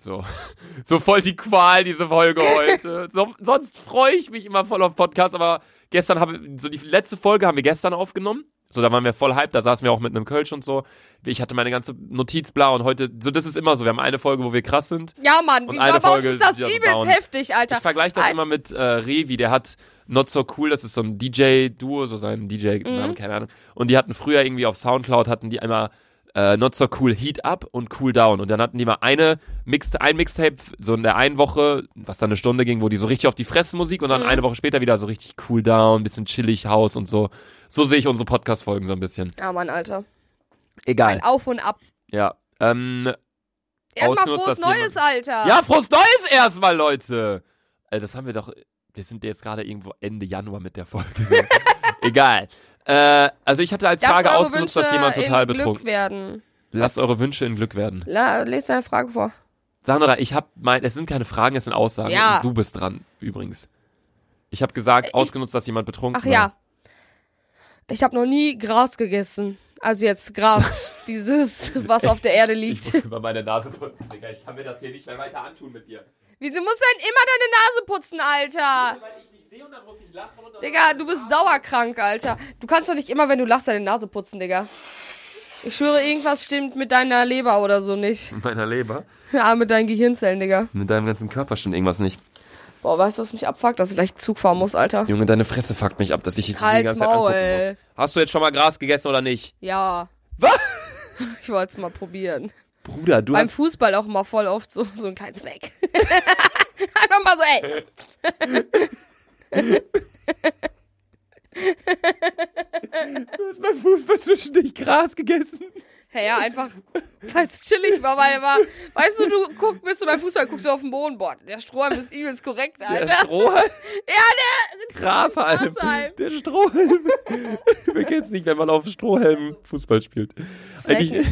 So. so voll die Qual, diese Folge heute. so, sonst freue ich mich immer voll auf Podcasts, aber gestern haben so die letzte Folge haben wir gestern aufgenommen. So, da waren wir voll hype, da saßen wir auch mit einem Kölsch und so. Ich hatte meine ganze Notiz blau und heute, so das ist immer so. Wir haben eine Folge, wo wir krass sind. Ja, Mann, Und wie, eine bei uns Folge ist das ist ja so übelst down. heftig, Alter. Ich vergleiche das Al- immer mit äh, Revi, der hat Not So Cool, das ist so ein DJ-Duo, so sein DJ-Namen, keine Ahnung. Und die hatten früher irgendwie auf Soundcloud, hatten die einmal äh, Not So Cool Heat Up und Cool Down. Und dann hatten die mal eine Mix ein Mixtape, so in der einen Woche, was dann eine Stunde ging, wo die so richtig auf die Fresse Musik und dann eine Woche später wieder so richtig Cool Down, bisschen chillig House und so. So sehe ich unsere Podcast-Folgen so ein bisschen. Ja, Mann, Alter. Egal. Auf und ab. Ja. Ähm, Erstmal Ausnutzt, frohes dass jemand- Neues, Alter. Ja, frohes Neues erstmal, Leute. Also das haben wir doch. Wir sind jetzt gerade irgendwo Ende Januar mit der Folge. So. Egal. Äh, also ich hatte als Lasst Frage eure ausgenutzt, dass Wünsche jemand total in Glück betrunken. werden. Lasst eure Wünsche in Glück werden. La, lest deine Frage vor. Sandra, ich habe mein, es sind keine Fragen, es sind Aussagen. Ja. Und du bist dran übrigens. Ich habe gesagt, ich- ausgenutzt, dass jemand betrunken Ach ja. Ich habe noch nie Gras gegessen. Also jetzt Gras, dieses, was auf der Erde Ich muss liegt. über meine Nase putzen, Digga. Ich kann mir das hier nicht mehr weiter antun mit dir. Wieso musst du denn immer deine Nase putzen, Alter? Weil ich dich sehe und dann muss ich lachen und dann Digga, du bist dauerkrank, Alter. Du kannst doch nicht immer, wenn du lachst, deine Nase putzen, Digga. Ich schwöre, irgendwas stimmt mit deiner Leber oder so nicht. mit meiner Leber, Ja, mit deinen Gehirnzellen, Digga. mit deinem ganzen Körper stimmt irgendwas nicht. Boah, weißt du, was mich abfuckt? Dass ich gleich Zug fahren muss, Alter. Junge, deine Fresse fuckt mich ab, dass ich dich die Halt's ganze Zeit Maul. angucken muss. Hast du jetzt schon mal Gras gegessen oder nicht? Ja. Was? Ich wollte es mal probieren. Bruder, du Beim hast, Fußball auch mal voll oft so, so ein kleinen Snack. Einfach mal so, ey. du hast beim Fußball zwischen dich Gras gegessen. Hey, ja, einfach, weil es chillig war, weil war, weißt du, du guck, bist du beim Fußball, guckst du auf den Boden, boah, der Strohhalm ist übelst korrekt, Der Alter. Strohhalm. Ja, Grashalm. Grashalm. Der Strohhalm. Wer kennt's nicht, wenn man auf Strohhelm Fußball spielt? Eigentlich,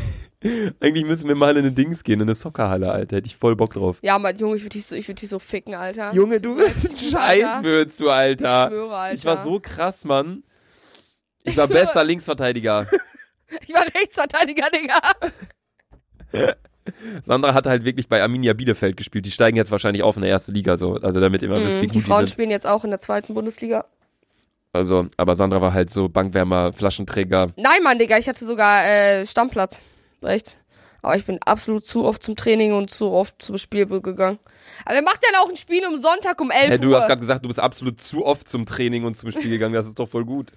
eigentlich müssen wir mal in eine Dings gehen, in eine Soccerhalle, Alter. Hätte ich voll Bock drauf. ja, Mann, Junge, ich würde dich, so, ich würd dich so ficken, Alter. Junge, du Scheiß Alter. würdest du, Alter. Ich schwöre, Alter. Ich war so krass, Mann. Ich Ich war schwöre. bester Linksverteidiger. Ich war Rechtsverteidiger, Digga. Sandra hat halt wirklich bei Arminia Bielefeld gespielt. Die steigen jetzt wahrscheinlich auf in der ersten Liga so. Also damit immer wisst, Mhm, wie Die gut die Frauen sind. spielen jetzt auch in der zweiten Bundesliga. Also, aber Sandra war halt so Bankwärmer, Flaschenträger. Nein, Mann, Digga, ich hatte sogar äh, Stammplatz. Recht. Aber ich bin absolut zu oft zum Training und zu oft zum Spiel gegangen. Aber wer macht denn auch ein Spiel um Sonntag um 11 Hey, du Uhr? hast gerade gesagt, du bist absolut zu oft zum Training und zum Spiel gegangen. Das ist doch voll gut.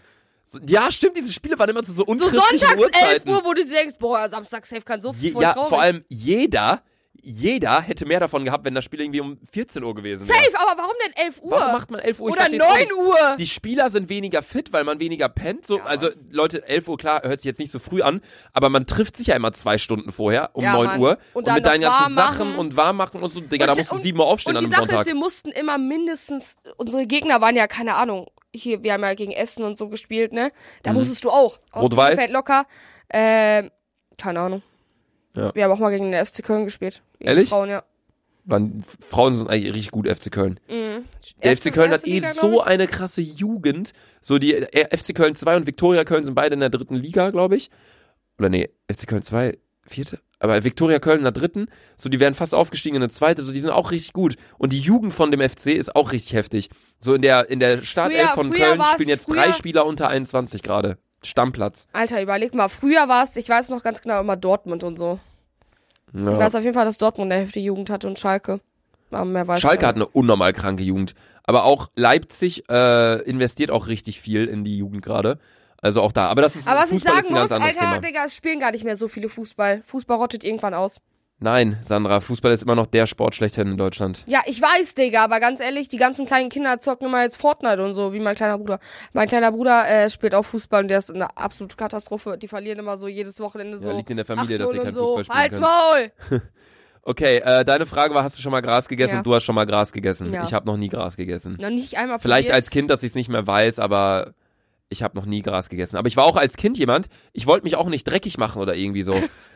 So, ja, stimmt, diese Spiele waren immer zu so so unchristlichen sonntags 11 Uhrzeiten. Uhr, wo du dir denkst, boah, Samstag safe kann so Je, viel ja, traurig. vor allem jeder, jeder hätte mehr davon gehabt, wenn das Spiel irgendwie um 14 Uhr gewesen wäre. Safe, aber warum denn 11 Uhr? Warum macht man 11 Uhr? Ich Oder versteh's auch 9 nicht. Uhr? Die Spieler sind weniger fit, weil man weniger pennt. So, Ja, also Leute, 11 Uhr, klar, hört sich jetzt nicht so früh an, aber man trifft sich ja immer zwei Stunden vorher um Ja, 9 Mann. Uhr. Und dann mit deinen noch ganzen warm Sachen machen. und warm machen und so. Digga, da Und- musst du und- 7 Uhr und aufstehen an die einem Sache Sonntag. ist, wir mussten immer mindestens, unsere Gegner waren ja, keine Ahnung, hier, wir haben ja gegen Essen und so gespielt, ne? Da musstest du auch. Aus Mhm. Rot-Weiß? Bielefeld locker. Ähm, keine Ahnung. Ja. Wir haben auch mal gegen den FC Köln gespielt. Gegen Ehrlich? Frauen, ja. Man, Frauen sind eigentlich richtig gut, FC Köln. Der Erste- FC Köln hat erste eh Liga, glaub so ich. eine krasse Jugend. So die äh, FC Köln 2 und Viktoria Köln sind beide in der dritten Liga, glaube ich. Oder nee, FC Köln 2, vierte. Aber Viktoria Köln in der dritten, so die wären fast aufgestiegen in eine zweite, so die sind auch richtig gut. Und die Jugend von dem FC ist auch richtig heftig. So in der, in der Startelf Früher- von früher Köln war's- spielen jetzt drei früher- Spieler unter 21 gerade. Stammplatz. Alter, überleg mal. Früher war es, ich weiß noch ganz genau, immer Dortmund und so. Ich Ja. weiß auf jeden Fall, dass Dortmund eine heftige Jugend hatte und Schalke. Aber mehr weiß Schalke ich hat eine unnormal kranke Jugend. Aber auch Leipzig äh, investiert auch richtig viel in die Jugend gerade. Also auch da. Aber das ist, Aber was ich Fußball ist sagen ein ganz muss, anderes Alter, Thema. Digga, es spielen gar nicht mehr so viele Fußball. Fußball rottet irgendwann aus. Nein, Sandra, Fußball ist immer noch der Sport schlechthin in Deutschland. Ja, ich weiß, Digga, aber ganz ehrlich, die ganzen kleinen Kinder zocken immer jetzt Fortnite und so, wie mein kleiner Bruder. Mein kleiner Bruder äh, spielt auch Fußball und der ist eine absolute Katastrophe. Die verlieren immer so jedes Wochenende so. liegt in der Familie, dass 8-0 ihr kein und so. Fußball spielen Halt's Maul! könnt. Okay, äh, deine Frage war, hast du schon mal Gras gegessen? Ja. Du hast schon mal Gras gegessen. Ja. Ich habe noch nie Gras gegessen. Noch nicht einmal Vielleicht probiert. als Kind, dass ich es nicht mehr weiß, aber ich habe noch nie Gras gegessen. Aber ich war auch als Kind jemand, ich wollte mich auch nicht dreckig machen oder irgendwie so.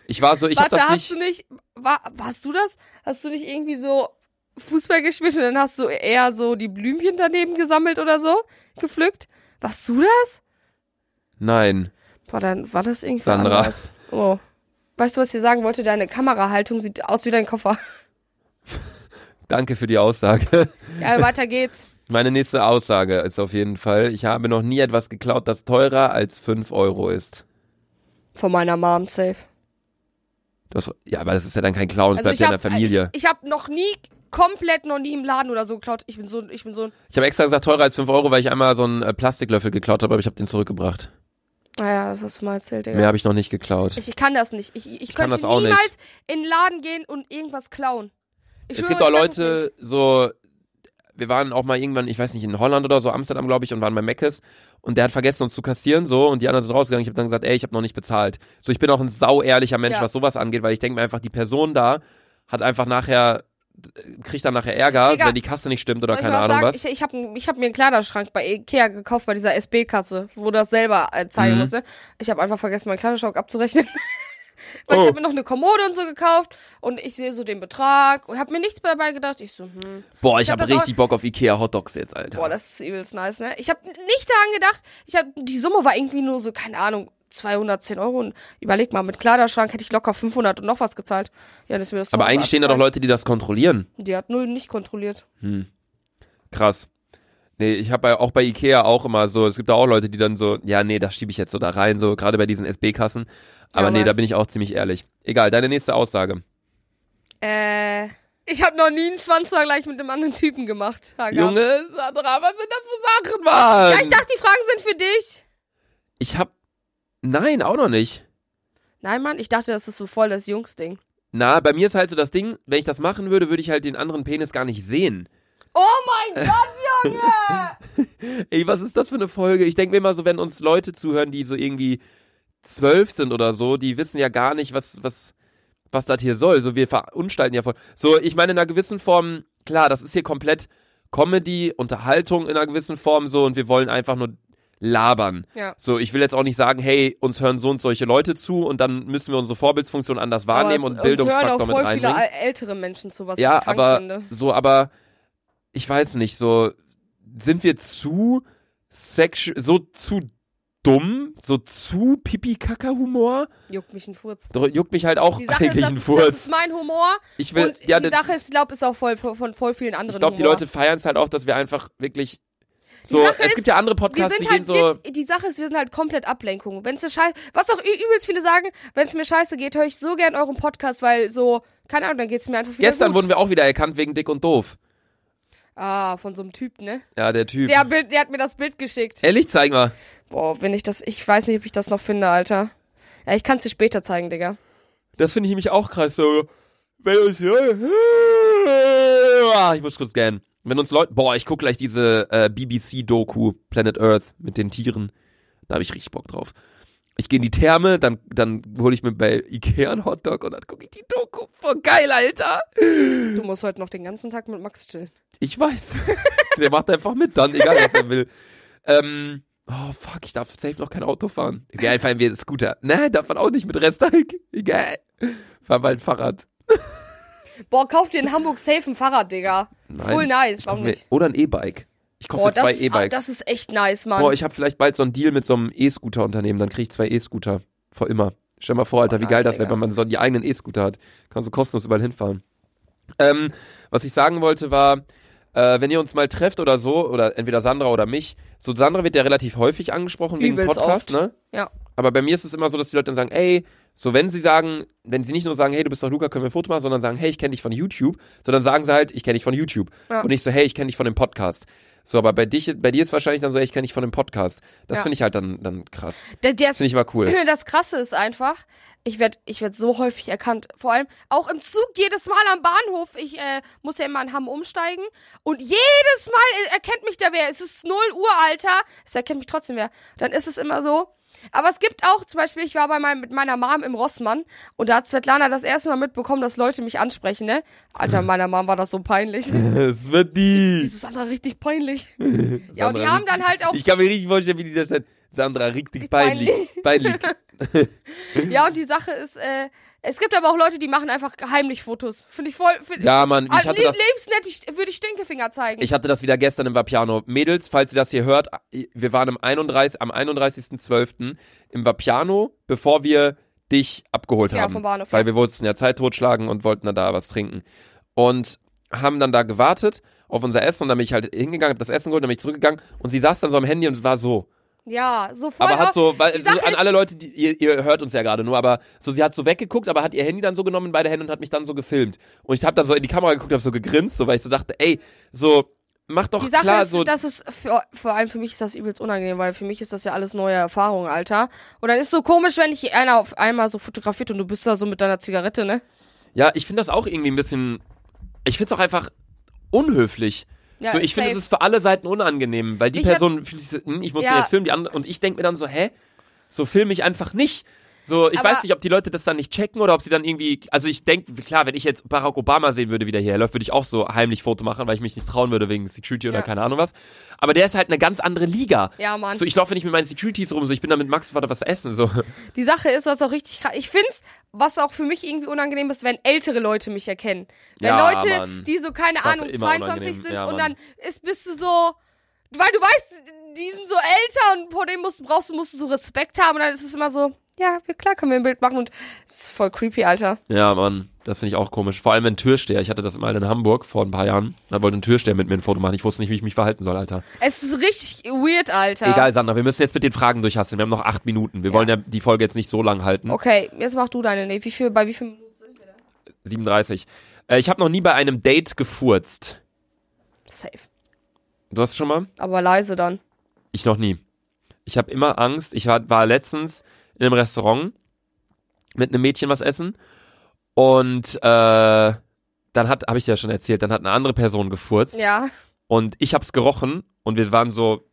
Ich war so, ich habe Warte, das hast nicht. du nicht. War, warst du das? Hast du nicht irgendwie so Fußball gespielt und dann hast du eher so die Blümchen daneben gesammelt oder so? Gepflückt? Warst du das? Nein, Boah, dann war das irgendwie. Sandra. anders. Oh. Weißt du, was ich dir sagen wollte? Deine Kamerahaltung sieht aus wie dein Koffer. Danke für die Aussage. Ja, weiter geht's. Meine nächste Aussage ist auf jeden Fall, ich habe noch nie etwas geklaut, das teurer als 5 Euro ist. Von meiner Mom, safe. Das, ja, aber das ist ja dann kein Clown, das bleibt ja in hab, äh, der Familie. Also Ich, ich habe noch nie komplett noch nie im Laden oder so geklaut. Ich bin so, ich bin so. Ich, habe extra gesagt, teurer als 5 Euro, weil ich einmal so einen äh, Plastiklöffel geklaut habe, aber ich habe den zurückgebracht. Naja, das hast du mal erzählt, Digga. Mehr habe ich noch nicht geklaut. Ich, ich kann das nicht. Ich, ich, ich kann könnte das auch nicht. niemals in den Laden gehen und irgendwas klauen. Ich es schwöre, gibt auch ich kann das nicht. Leute, so, wir waren auch mal irgendwann, ich weiß nicht, in Holland oder so, Amsterdam, glaube ich, und waren bei Meckes und der hat vergessen, uns zu kassieren, so, und die anderen sind rausgegangen. Ich habe dann gesagt, ey, ich habe noch nicht bezahlt. So, ich bin auch ein sauehrlicher Mensch, Ja. was sowas angeht, weil ich denke mir einfach, die Person da hat einfach nachher, äh, kriegt dann nachher Ärger, Digga, wenn die Kasse nicht stimmt oder Soll ich keine mal was Ahnung sagen? was. Ich, ich habe ich hab mir einen Kleiderschrank bei Ikea gekauft, bei dieser SB-Kasse, wo das selber äh, zeigen Mhm. musste. Ich habe einfach vergessen, meinen Kleiderschrank abzurechnen. Weil Oh. ich habe mir noch eine Kommode und so gekauft und ich sehe so den Betrag und habe mir nichts dabei gedacht. Ich so, hm, Boah, ich, ich hab hab habe das richtig Bock auf Ikea Hotdogs jetzt, Alter. boah, das ist übelst nice, ne? Ich habe nicht daran gedacht. Ich hab, die Summe war irgendwie nur so, keine Ahnung, 210 Euro. Und überleg mal, mit Kleiderschrank hätte ich locker 500 und noch was gezahlt. Ja, das ist mir das aber eigentlich stehen da doch Leute, die das kontrollieren. Die hat null nicht kontrolliert. Krass. Nee, ich habe auch bei Ikea auch immer so, es gibt da auch Leute, die dann so, ja, nee, das schiebe ich jetzt so da rein, so gerade bei diesen SB-Kassen. Aber Ja, nee, Mann. da bin ich auch ziemlich ehrlich. Egal, deine nächste Aussage. Äh, ich habe noch nie einen Schwanzvergleich mit einem anderen Typen gemacht. Hagar. Junge, Sandra, was sind das für Sachen, Mann? Ja, ich dachte, die Fragen sind für dich. Ich hab, nein, auch noch nicht. Nein, Mann, ich dachte, das ist so voll das Jungsding. Na, bei mir ist halt so das Ding, wenn ich das machen würde, würde ich halt den anderen Penis gar nicht sehen. Oh mein Gott, Junge! Ey, was ist das für eine Folge? Ich denke mir immer so, wenn uns Leute zuhören, die so irgendwie zwölf sind oder so, die wissen ja gar nicht, was, was, was das hier soll. So, wir verunstalten ja voll. So, ich meine, in einer gewissen Form, klar, das ist hier komplett Comedy, Unterhaltung in einer gewissen Form so und wir wollen einfach nur labern. Ja. So, ich will jetzt auch nicht sagen, hey, uns hören so und solche Leute zu und dann müssen wir unsere Vorbildfunktion anders wahrnehmen Aber es- und hören Bildungsfaktor auch mit voll reinbringen viele äl- ältere Menschen zu, was ja, ich krank aber finde. so, aber ich weiß nicht, so sind wir zu sexu so zu dumm, so zu pipi kaka humor Juckt mich ein Furz. Juckt mich halt auch Die Sache ist, eigentlich das, ein das ist Furz. mein Humor. Ich will, und ja, die das, Sache ist, ich glaube, ist auch voll von, von voll vielen anderen ich glaube, die Humor. Leute feiern es halt auch, dass wir einfach wirklich so, Sache es ist, gibt ja andere wir Podcasts, die sind halt gehen so, wirk- die Sache ist, wir sind halt komplett Ablenkung. Wenn's dir scheiße, was auch ü- übelst viele sagen, wenn es mir scheiße geht, höre ich so gern euren Podcast, weil so keine Ahnung, dann geht's mir einfach wieder gestern gut. wurden wir auch wieder erkannt wegen dick und doof. ah, von so einem Typ, ne? Ja, der Typ. Der, Bild, der hat mir das Bild geschickt. Ehrlich, zeig mal. Boah, wenn ich das. Ich weiß nicht, ob ich das noch finde, Alter. Ja, ich kann es dir später zeigen, Digga. Das finde ich nämlich auch krass. So, wenn uns Ah, ich muss kurz gähnen. Wenn uns Leute, boah, ich gucke gleich diese äh, BBC-Doku Planet Earth mit den Tieren. Da habe ich richtig Bock drauf. Ich gehe in die Therme, dann, dann hole ich mir bei Ikea einen Hotdog und dann gucke ich die Doku. Voll geil, Alter. Du musst heute noch den ganzen Tag mit Max chillen. Ich weiß. Der macht einfach mit dann, egal was er will. Ähm, oh fuck, ich darf safe noch kein Auto fahren. Egal, fahren wir Scooter. Nein, darf man auch nicht mit Restalk. Egal. Fahr mal ein Fahrrad. Boah, kauf dir in Hamburg safe ein Fahrrad, Digga. Nein. Voll nice, Ich kauf warum mir, nicht? Oder ein E-Bike. Ich kaufe Boah, mir das zwei ist, ah, E-Bikes. das ist echt nice, Mann. Boah, ich habe vielleicht bald so einen Deal mit so einem E-Scooter-Unternehmen, dann krieg ich zwei E-Scooter. Vor immer. Stell mal vor, Alter, wie nice, geil das wäre, Digga. wenn man so die eigenen E-Scooter hat. Kannst du kostenlos überall hinfahren. Ähm, was ich sagen wollte war, äh, wenn ihr uns mal trefft oder so, oder entweder Sandra oder mich, so Sandra wird ja relativ häufig angesprochen wegen Übelst Podcast, oft. ne? ja. Aber bei mir ist es immer so, dass die Leute dann sagen, ey, so wenn sie sagen, wenn sie nicht nur sagen, hey, du bist doch Luca, können wir ein Foto machen, sondern sagen, hey, ich kenne dich von YouTube, sondern sagen sie halt, ich kenne dich von YouTube. Ja. Und nicht so, hey, ich kenne dich von dem Podcast. So, aber bei dich, bei dir ist wahrscheinlich dann so, hey, ich kenne dich von dem Podcast. Das Ja. finde ich halt dann, dann krass. Der, der Das finde ich mal cool. Das Krasse ist einfach, ich werde ich werd so häufig erkannt. Vor allem auch im Zug, jedes Mal am Bahnhof. Ich äh, muss ja immer in Hamm umsteigen. Und jedes Mal äh, erkennt mich da wer. Es ist 0 Uhr, Alter. Es erkennt mich trotzdem wer. Dann ist es immer so. Aber es gibt auch, zum Beispiel, ich war bei meinem, mit meiner Mom im Rossmann und da hat Svetlana das erste Mal mitbekommen, dass Leute mich ansprechen, ne? Alter, meiner Mom war das so peinlich. Es wird Die die. Susanna richtig peinlich. ja, und die Sandra, haben dann halt auch Ich kann mir nicht vorstellen, wie die das dann. Sandra, richtig Peinlich. peinlich. Peinlich. Ja, und die Sache ist, äh, es gibt aber auch Leute, die machen einfach heimlich Fotos. Finde ich voll. Find, Ja, Mann, Ah, ich hatte le- das. lebensnett, ich würde ich Stinkefinger zeigen. Ich hatte das wieder gestern im Vapiano. Mädels, falls ihr das hier hört, wir waren am 31. am 31.12. im Vapiano, bevor wir dich abgeholt Ja, haben. vom Bahnhof, weil ja. wir wollten ja Zeit totschlagen und wollten dann da was trinken. Und haben dann da gewartet auf unser Essen und dann bin ich halt hingegangen, hab das Essen geholt, dann bin ich zurückgegangen und sie saß dann so am Handy und war so. ja, so voll. Aber hat auch- so, weil, die so Sache an ist- alle Leute, die, ihr, ihr hört uns ja gerade nur, aber so, sie hat so weggeguckt, aber hat ihr Handy dann so genommen in beide Hände und hat mich dann so gefilmt. Und ich habe dann so in die Kamera geguckt, habe so gegrinst, so, weil ich so dachte, ey, so, mach doch die Sache klar, ist, so, dass es für, vor allem für mich ist das übelst unangenehm, weil für mich ist das ja alles neue Erfahrung, Alter. Und dann ist so komisch, wenn dich einer auf einmal so fotografiert und du bist da so mit deiner Zigarette, ne? ja, ich finde das auch irgendwie ein bisschen, ich finde es auch einfach unhöflich. Ja, so, ich finde, es safe. ist für alle Seiten unangenehm, weil die Mich hat- Person fühlt sich so, hm, ich muss Ja. den jetzt filmen, die andere, und ich denke mir dann so, hä, so film ich einfach nicht. So, ich Aber- weiß nicht, ob die Leute das dann nicht checken oder ob sie dann irgendwie, also ich denke, klar, wenn ich jetzt Barack Obama sehen würde, wie der hierher läuft, würde ich auch so heimlich Foto machen, weil ich mich nicht trauen würde wegen Security oder Ja. keine Ahnung was. Aber der ist halt eine ganz andere Liga. Ja, Mann. So, ich laufe nicht mit meinen Securities rum, so, ich bin da mit Max Vater was essen, so. Die Sache ist, was auch richtig krass. Ich find's, was auch für mich irgendwie unangenehm ist, wenn ältere Leute mich erkennen. Wenn Ja, Leute, Mann. die so, keine Das ist Ahnung, immer 22 unangenehm. sind Ja, und dann Mann. ist, bist du so. Weil du weißt, die sind so älter und vor denen musst, du- brauchst du, musst du so Respekt haben und dann ist es immer so, ja, wir- klar können wir ein Bild machen und es ist voll creepy, Alter. Ja, Mann, das finde ich auch komisch. Vor allem, wenn Türsteher, ich hatte das mal in Hamburg vor ein paar Jahren, da wollte ein Türsteher mit mir ein Foto machen, ich wusste nicht, wie ich mich verhalten soll, Alter. Es ist richtig weird, Alter. Egal, Sandra, wir müssen jetzt mit den Fragen durchhasseln. Wir haben noch acht Minuten. Wir wollen ja die Folge jetzt nicht so lang halten. Okay, jetzt mach du deine, nee, wie viel, bei wie viel Minuten sind wir da? 37. Äh, ich habe noch nie bei einem Date gefurzt. Safe. Du hast schon mal? Aber leise dann. Ich noch nie. Ich habe immer Angst. Ich war, war letztens in einem Restaurant mit einem Mädchen was essen und äh, dann hat, habe ich ja schon erzählt, dann hat eine andere Person gefurzt. Ja. Und ich hab's gerochen und wir waren so,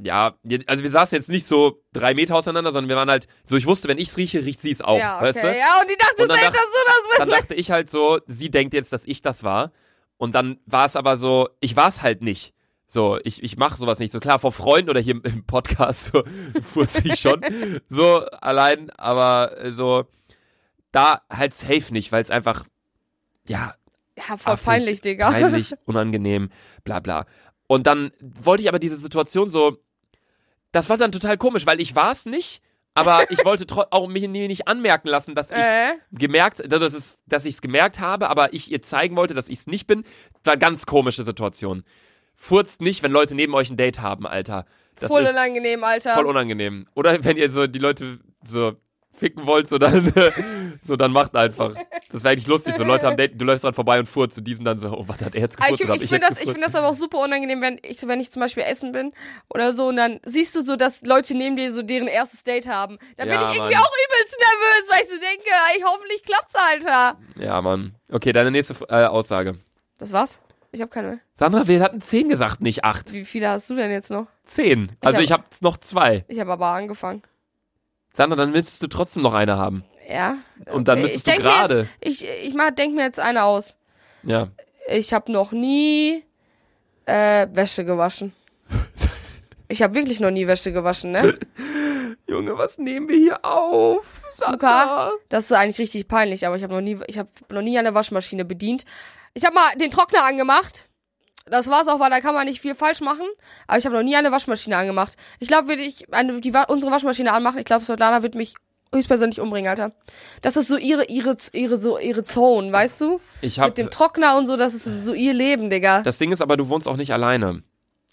ja, je- also wir saßen jetzt nicht so drei Meter auseinander, sondern wir waren halt, so ich wusste, wenn ich's rieche, riecht sie's auch, ja, okay. Oh, weißt du? Ja, und die dachte, Und dann safe, dass dacht- du das Dann bist. dachte ich halt so, sie denkt jetzt, dass ich das war. Und dann war es aber so, ich war es halt nicht. So, ich, ich mache sowas nicht. So klar, vor Freunden oder hier im, im Podcast so, furze ich schon. So allein, aber äh, so, da halt safe nicht, weil es einfach, ja, Ja, voll affig, peinlich, Digga. Ah, Peinlich, unangenehm, bla bla. Und dann wollte ich aber diese Situation so, das war dann total komisch, weil ich war es nicht, aber ich wollte tro- auch mich nie- nicht anmerken lassen, dass ich Äh. gemerkt, dass es, dass ich es gemerkt habe, aber ich ihr zeigen wollte, dass ich es nicht bin. Das war ganz komische Situation. Furzt nicht, wenn Leute neben euch ein Date haben, Alter. Das voll ist unangenehm, Alter. Voll unangenehm. Oder wenn ihr so die Leute so ficken wollt, so dann, so dann macht einfach. Das wäre eigentlich lustig. So Leute am Date, du läufst dran vorbei und furzt und die sind dann so, oh, was hat er jetzt Ah, gefurzt? ich oder hab ich, ich finde jetzt das, ich gefurzt? find das aber auch super unangenehm, wenn ich, wenn ich zum Beispiel essen bin oder so und dann siehst du so, dass Leute neben dir so deren erstes Date haben. Da bin Ja, ich irgendwie Mann. auch übelst nervös, weil ich so denke, ey, hoffentlich klappt's, Alter. ja, Mann. Okay, deine nächste äh, Aussage. Das war's? Ich habe keine. Sandra, wir hatten 10 gesagt, nicht 8. Wie viele hast du denn jetzt noch? 10. Also hab- ich habe hab noch zwei. Ich habe aber angefangen. Sandra, dann willst du trotzdem noch eine haben. Ja. Und dann Ich- müsstest ich du denk mir jetzt- gerade. Ich, ich mach, denk mir jetzt eine aus. Ja. Ich habe noch nie äh, Wäsche gewaschen. Ich habe wirklich noch nie Wäsche gewaschen, ne? Junge, was nehmen wir hier auf? Luca, das ist eigentlich richtig peinlich, aber ich habe noch nie, ich habe noch nie eine Waschmaschine bedient. Ich habe mal den Trockner angemacht. Das war's auch, weil da kann man nicht viel falsch machen. Aber ich habe noch nie eine Waschmaschine angemacht. Ich glaube, würde ich eine, die, Wa- unsere Waschmaschine anmachen, ich glaube, Svetlana wird mich höchstpersönlich umbringen, Alter. Das ist so ihre, ihre, ihre, so ihre Zone, weißt du? Ich Mit hab, dem Trockner und so, das ist so ihr Leben, Digga. das Ding ist aber, du wohnst auch nicht alleine.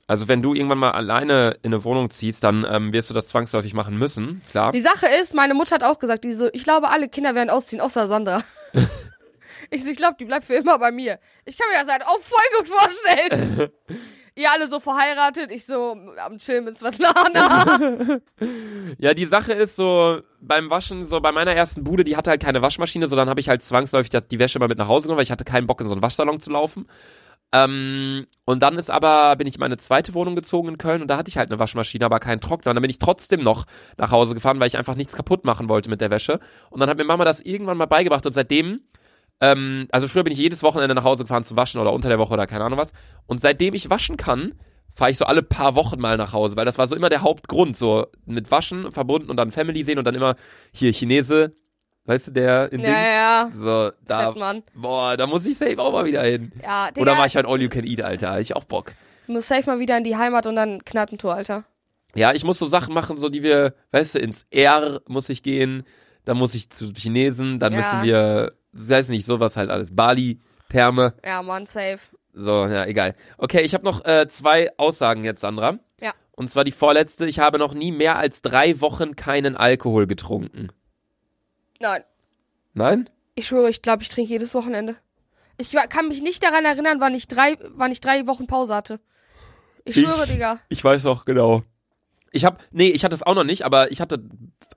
Also wenn du irgendwann mal alleine in eine Wohnung ziehst, dann ähm, wirst du das zwangsläufig machen müssen, klar. Die Sache ist, meine Mutter hat auch gesagt, die so, ich glaube, alle Kinder werden ausziehen, außer Sandra. ich so, ich glaube, die bleibt für immer bei mir. Ich kann mir das halt auch voll gut vorstellen. Ihr alle so verheiratet, ich so am Chillen mit Svetlana. Ja, die Sache ist so, beim Waschen, so bei meiner ersten Bude, die hatte halt keine Waschmaschine, so dann habe ich halt zwangsläufig das- die Wäsche mal mit nach Hause genommen, weil ich hatte keinen Bock, in so einen Waschsalon zu laufen. Ähm, und dann ist aber, bin ich in meine zweite Wohnung gezogen in Köln und da hatte ich halt eine Waschmaschine, aber keinen Trockner. Und dann bin ich trotzdem noch nach Hause gefahren, weil ich einfach nichts kaputt machen wollte mit der Wäsche. Und dann hat mir Mama das irgendwann mal beigebracht und seitdem, ähm, also früher bin ich jedes Wochenende nach Hause gefahren zu waschen oder unter der Woche oder keine Ahnung was. Und seitdem ich waschen kann, fahre ich so alle paar Wochen mal nach Hause, weil das war so immer der Hauptgrund, so mit Waschen verbunden und dann Family sehen und dann immer hier Chinese, weißt du, der in Dings. ja, ja. So, da, Fettmann. boah, da muss ich safe auch mal wieder hin. Ja, Digga, Oder mach ich halt All You Can Eat, Alter. Ich auch Bock. muss safe mal wieder in die Heimat und dann Kneipentour, Alter. Ja, ich muss so Sachen machen, so die wir, weißt du, ins R muss ich gehen, dann muss ich zu Chinesen, dann Ja. müssen wir, weiß nicht, sowas halt alles. Bali, Perme, Ja, Mann, safe. so, ja, egal. Okay, ich habe noch äh, zwei Aussagen jetzt, Sandra. Ja. Und zwar die vorletzte, ich habe noch nie mehr als drei Wochen keinen Alkohol getrunken. Nein, Nein? ich schwöre, ich glaube, ich trinke jedes Wochenende. Ich wa- kann mich nicht daran erinnern, wann ich drei, wann ich drei Wochen Pause hatte. Ich Ich- schwöre, Digga. Ich weiß auch genau. Ich habe, nee, ich hatte es auch noch nicht, aber ich hatte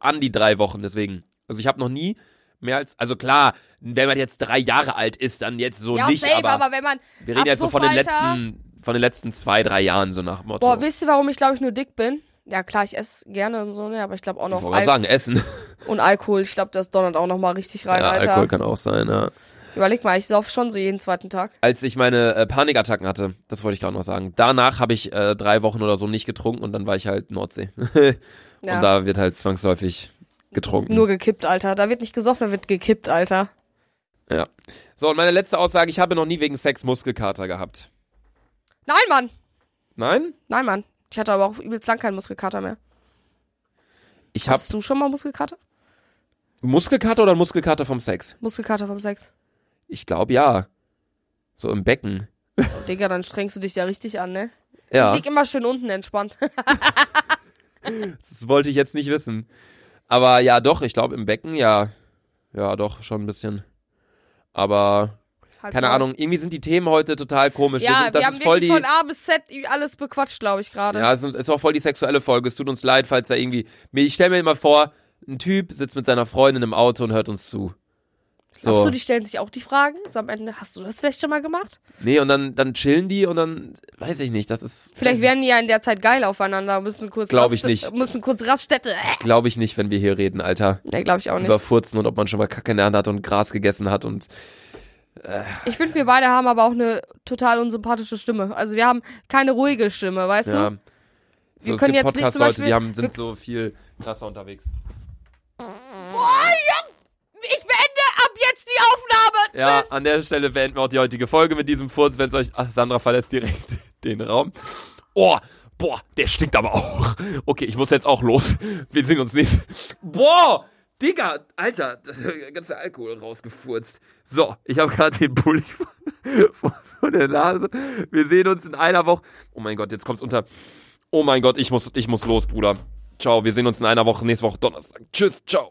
an die drei Wochen, deswegen. Also ich habe noch nie mehr als, also klar, wenn man jetzt drei Jahre alt ist, dann jetzt so ja, nicht, safe, aber, aber, wenn man. wir reden ab jetzt so von den sofort, Alter. letzten, von den letzten zwei, drei Jahren so nach Motto. Boah, wisst ihr, warum ich glaube ich nur dick bin? Ja, klar, ich esse gerne und so, ne, aber ich glaube auch ich noch wollte gerade Al sagen, Essen. und Alkohol. Ich glaube, das donnert auch noch mal richtig rein, ja, Alter. Alkohol kann auch sein, ja. Überleg mal, ich sauf schon so jeden zweiten Tag. Als ich meine äh, Panikattacken hatte, das wollte ich gerade noch sagen, danach habe ich äh, drei Wochen oder so nicht getrunken und dann war ich halt Nordsee. Ja. Und da wird halt zwangsläufig getrunken. Nur gekippt, Alter. Da wird nicht gesoffen, da wird gekippt, Alter. Ja. So, und meine letzte Aussage, ich habe noch nie wegen Sex Muskelkater gehabt. Nein, Mann. Nein? Nein, Mann. Ich hatte aber auch übelst lang keinen Muskelkater mehr. Ich habe Hast du schon mal Muskelkater? Muskelkater oder Muskelkater vom Sex? Muskelkater vom Sex. Ich glaube ja. So im Becken. Digga, dann strengst du dich ja richtig an, ne? Ja, Ich lieg immer schön unten entspannt. das wollte ich jetzt nicht wissen. Aber ja, doch, ich glaube im Becken, ja. Ja, doch, schon ein bisschen. Aber Halt keine mal. Ahnung, irgendwie sind die Themen heute total komisch. Ja, wir, sind, das haben ist voll wirklich die von A bis Z alles bequatscht, glaube ich, gerade. Ja, es sind- ist auch voll die sexuelle Folge. Es tut uns leid, falls da irgendwie. mir- Ich stelle mir immer vor, ein Typ sitzt mit seiner Freundin im Auto und hört uns zu. Glaubst du, die stellen sich auch die Fragen? So am Ende, hast du das vielleicht schon mal gemacht? Nee, und dann, dann chillen die und dann, weiß ich nicht, das ist. Vielleicht wären die ja in der Zeit geil aufeinander, müssen kurz Also- Glaub ich Raststätte- nicht. müssen kurz Raststätte. Glaube ich nicht, wenn wir hier reden, Alter. Ne, glaube ich auch nicht. Über Furzen und ob man schon mal Kacke in der Hand hat und Gras gegessen hat und. Ich finde, wir beide haben aber auch eine total unsympathische Stimme. Also wir haben keine ruhige Stimme, weißt Ja. du? So, Wir es können gibt jetzt nicht zum Podcast-Leute, die Beispiel- haben, sind so viel krasser unterwegs. Ich beende ab jetzt die Aufnahme. Ja, an der Stelle beenden wir auch die heutige Folge mit diesem Furz, wenn es euch. Ach, Sandra verlässt direkt den Raum. Oh, boah, der stinkt aber auch. Okay, ich muss jetzt auch los. Wir sehen uns nicht. Boah, Digga, Alter, der ganze Alkohol rausgefurzt. So, ich habe gerade den Pulli von von der Nase. Wir sehen uns in einer Woche. Oh mein Gott, jetzt kommt's unter. Oh mein Gott, ich muss, ich muss los, Bruder. Ciao, wir sehen uns in einer Woche, nächste Woche Donnerstag. Tschüss, ciao.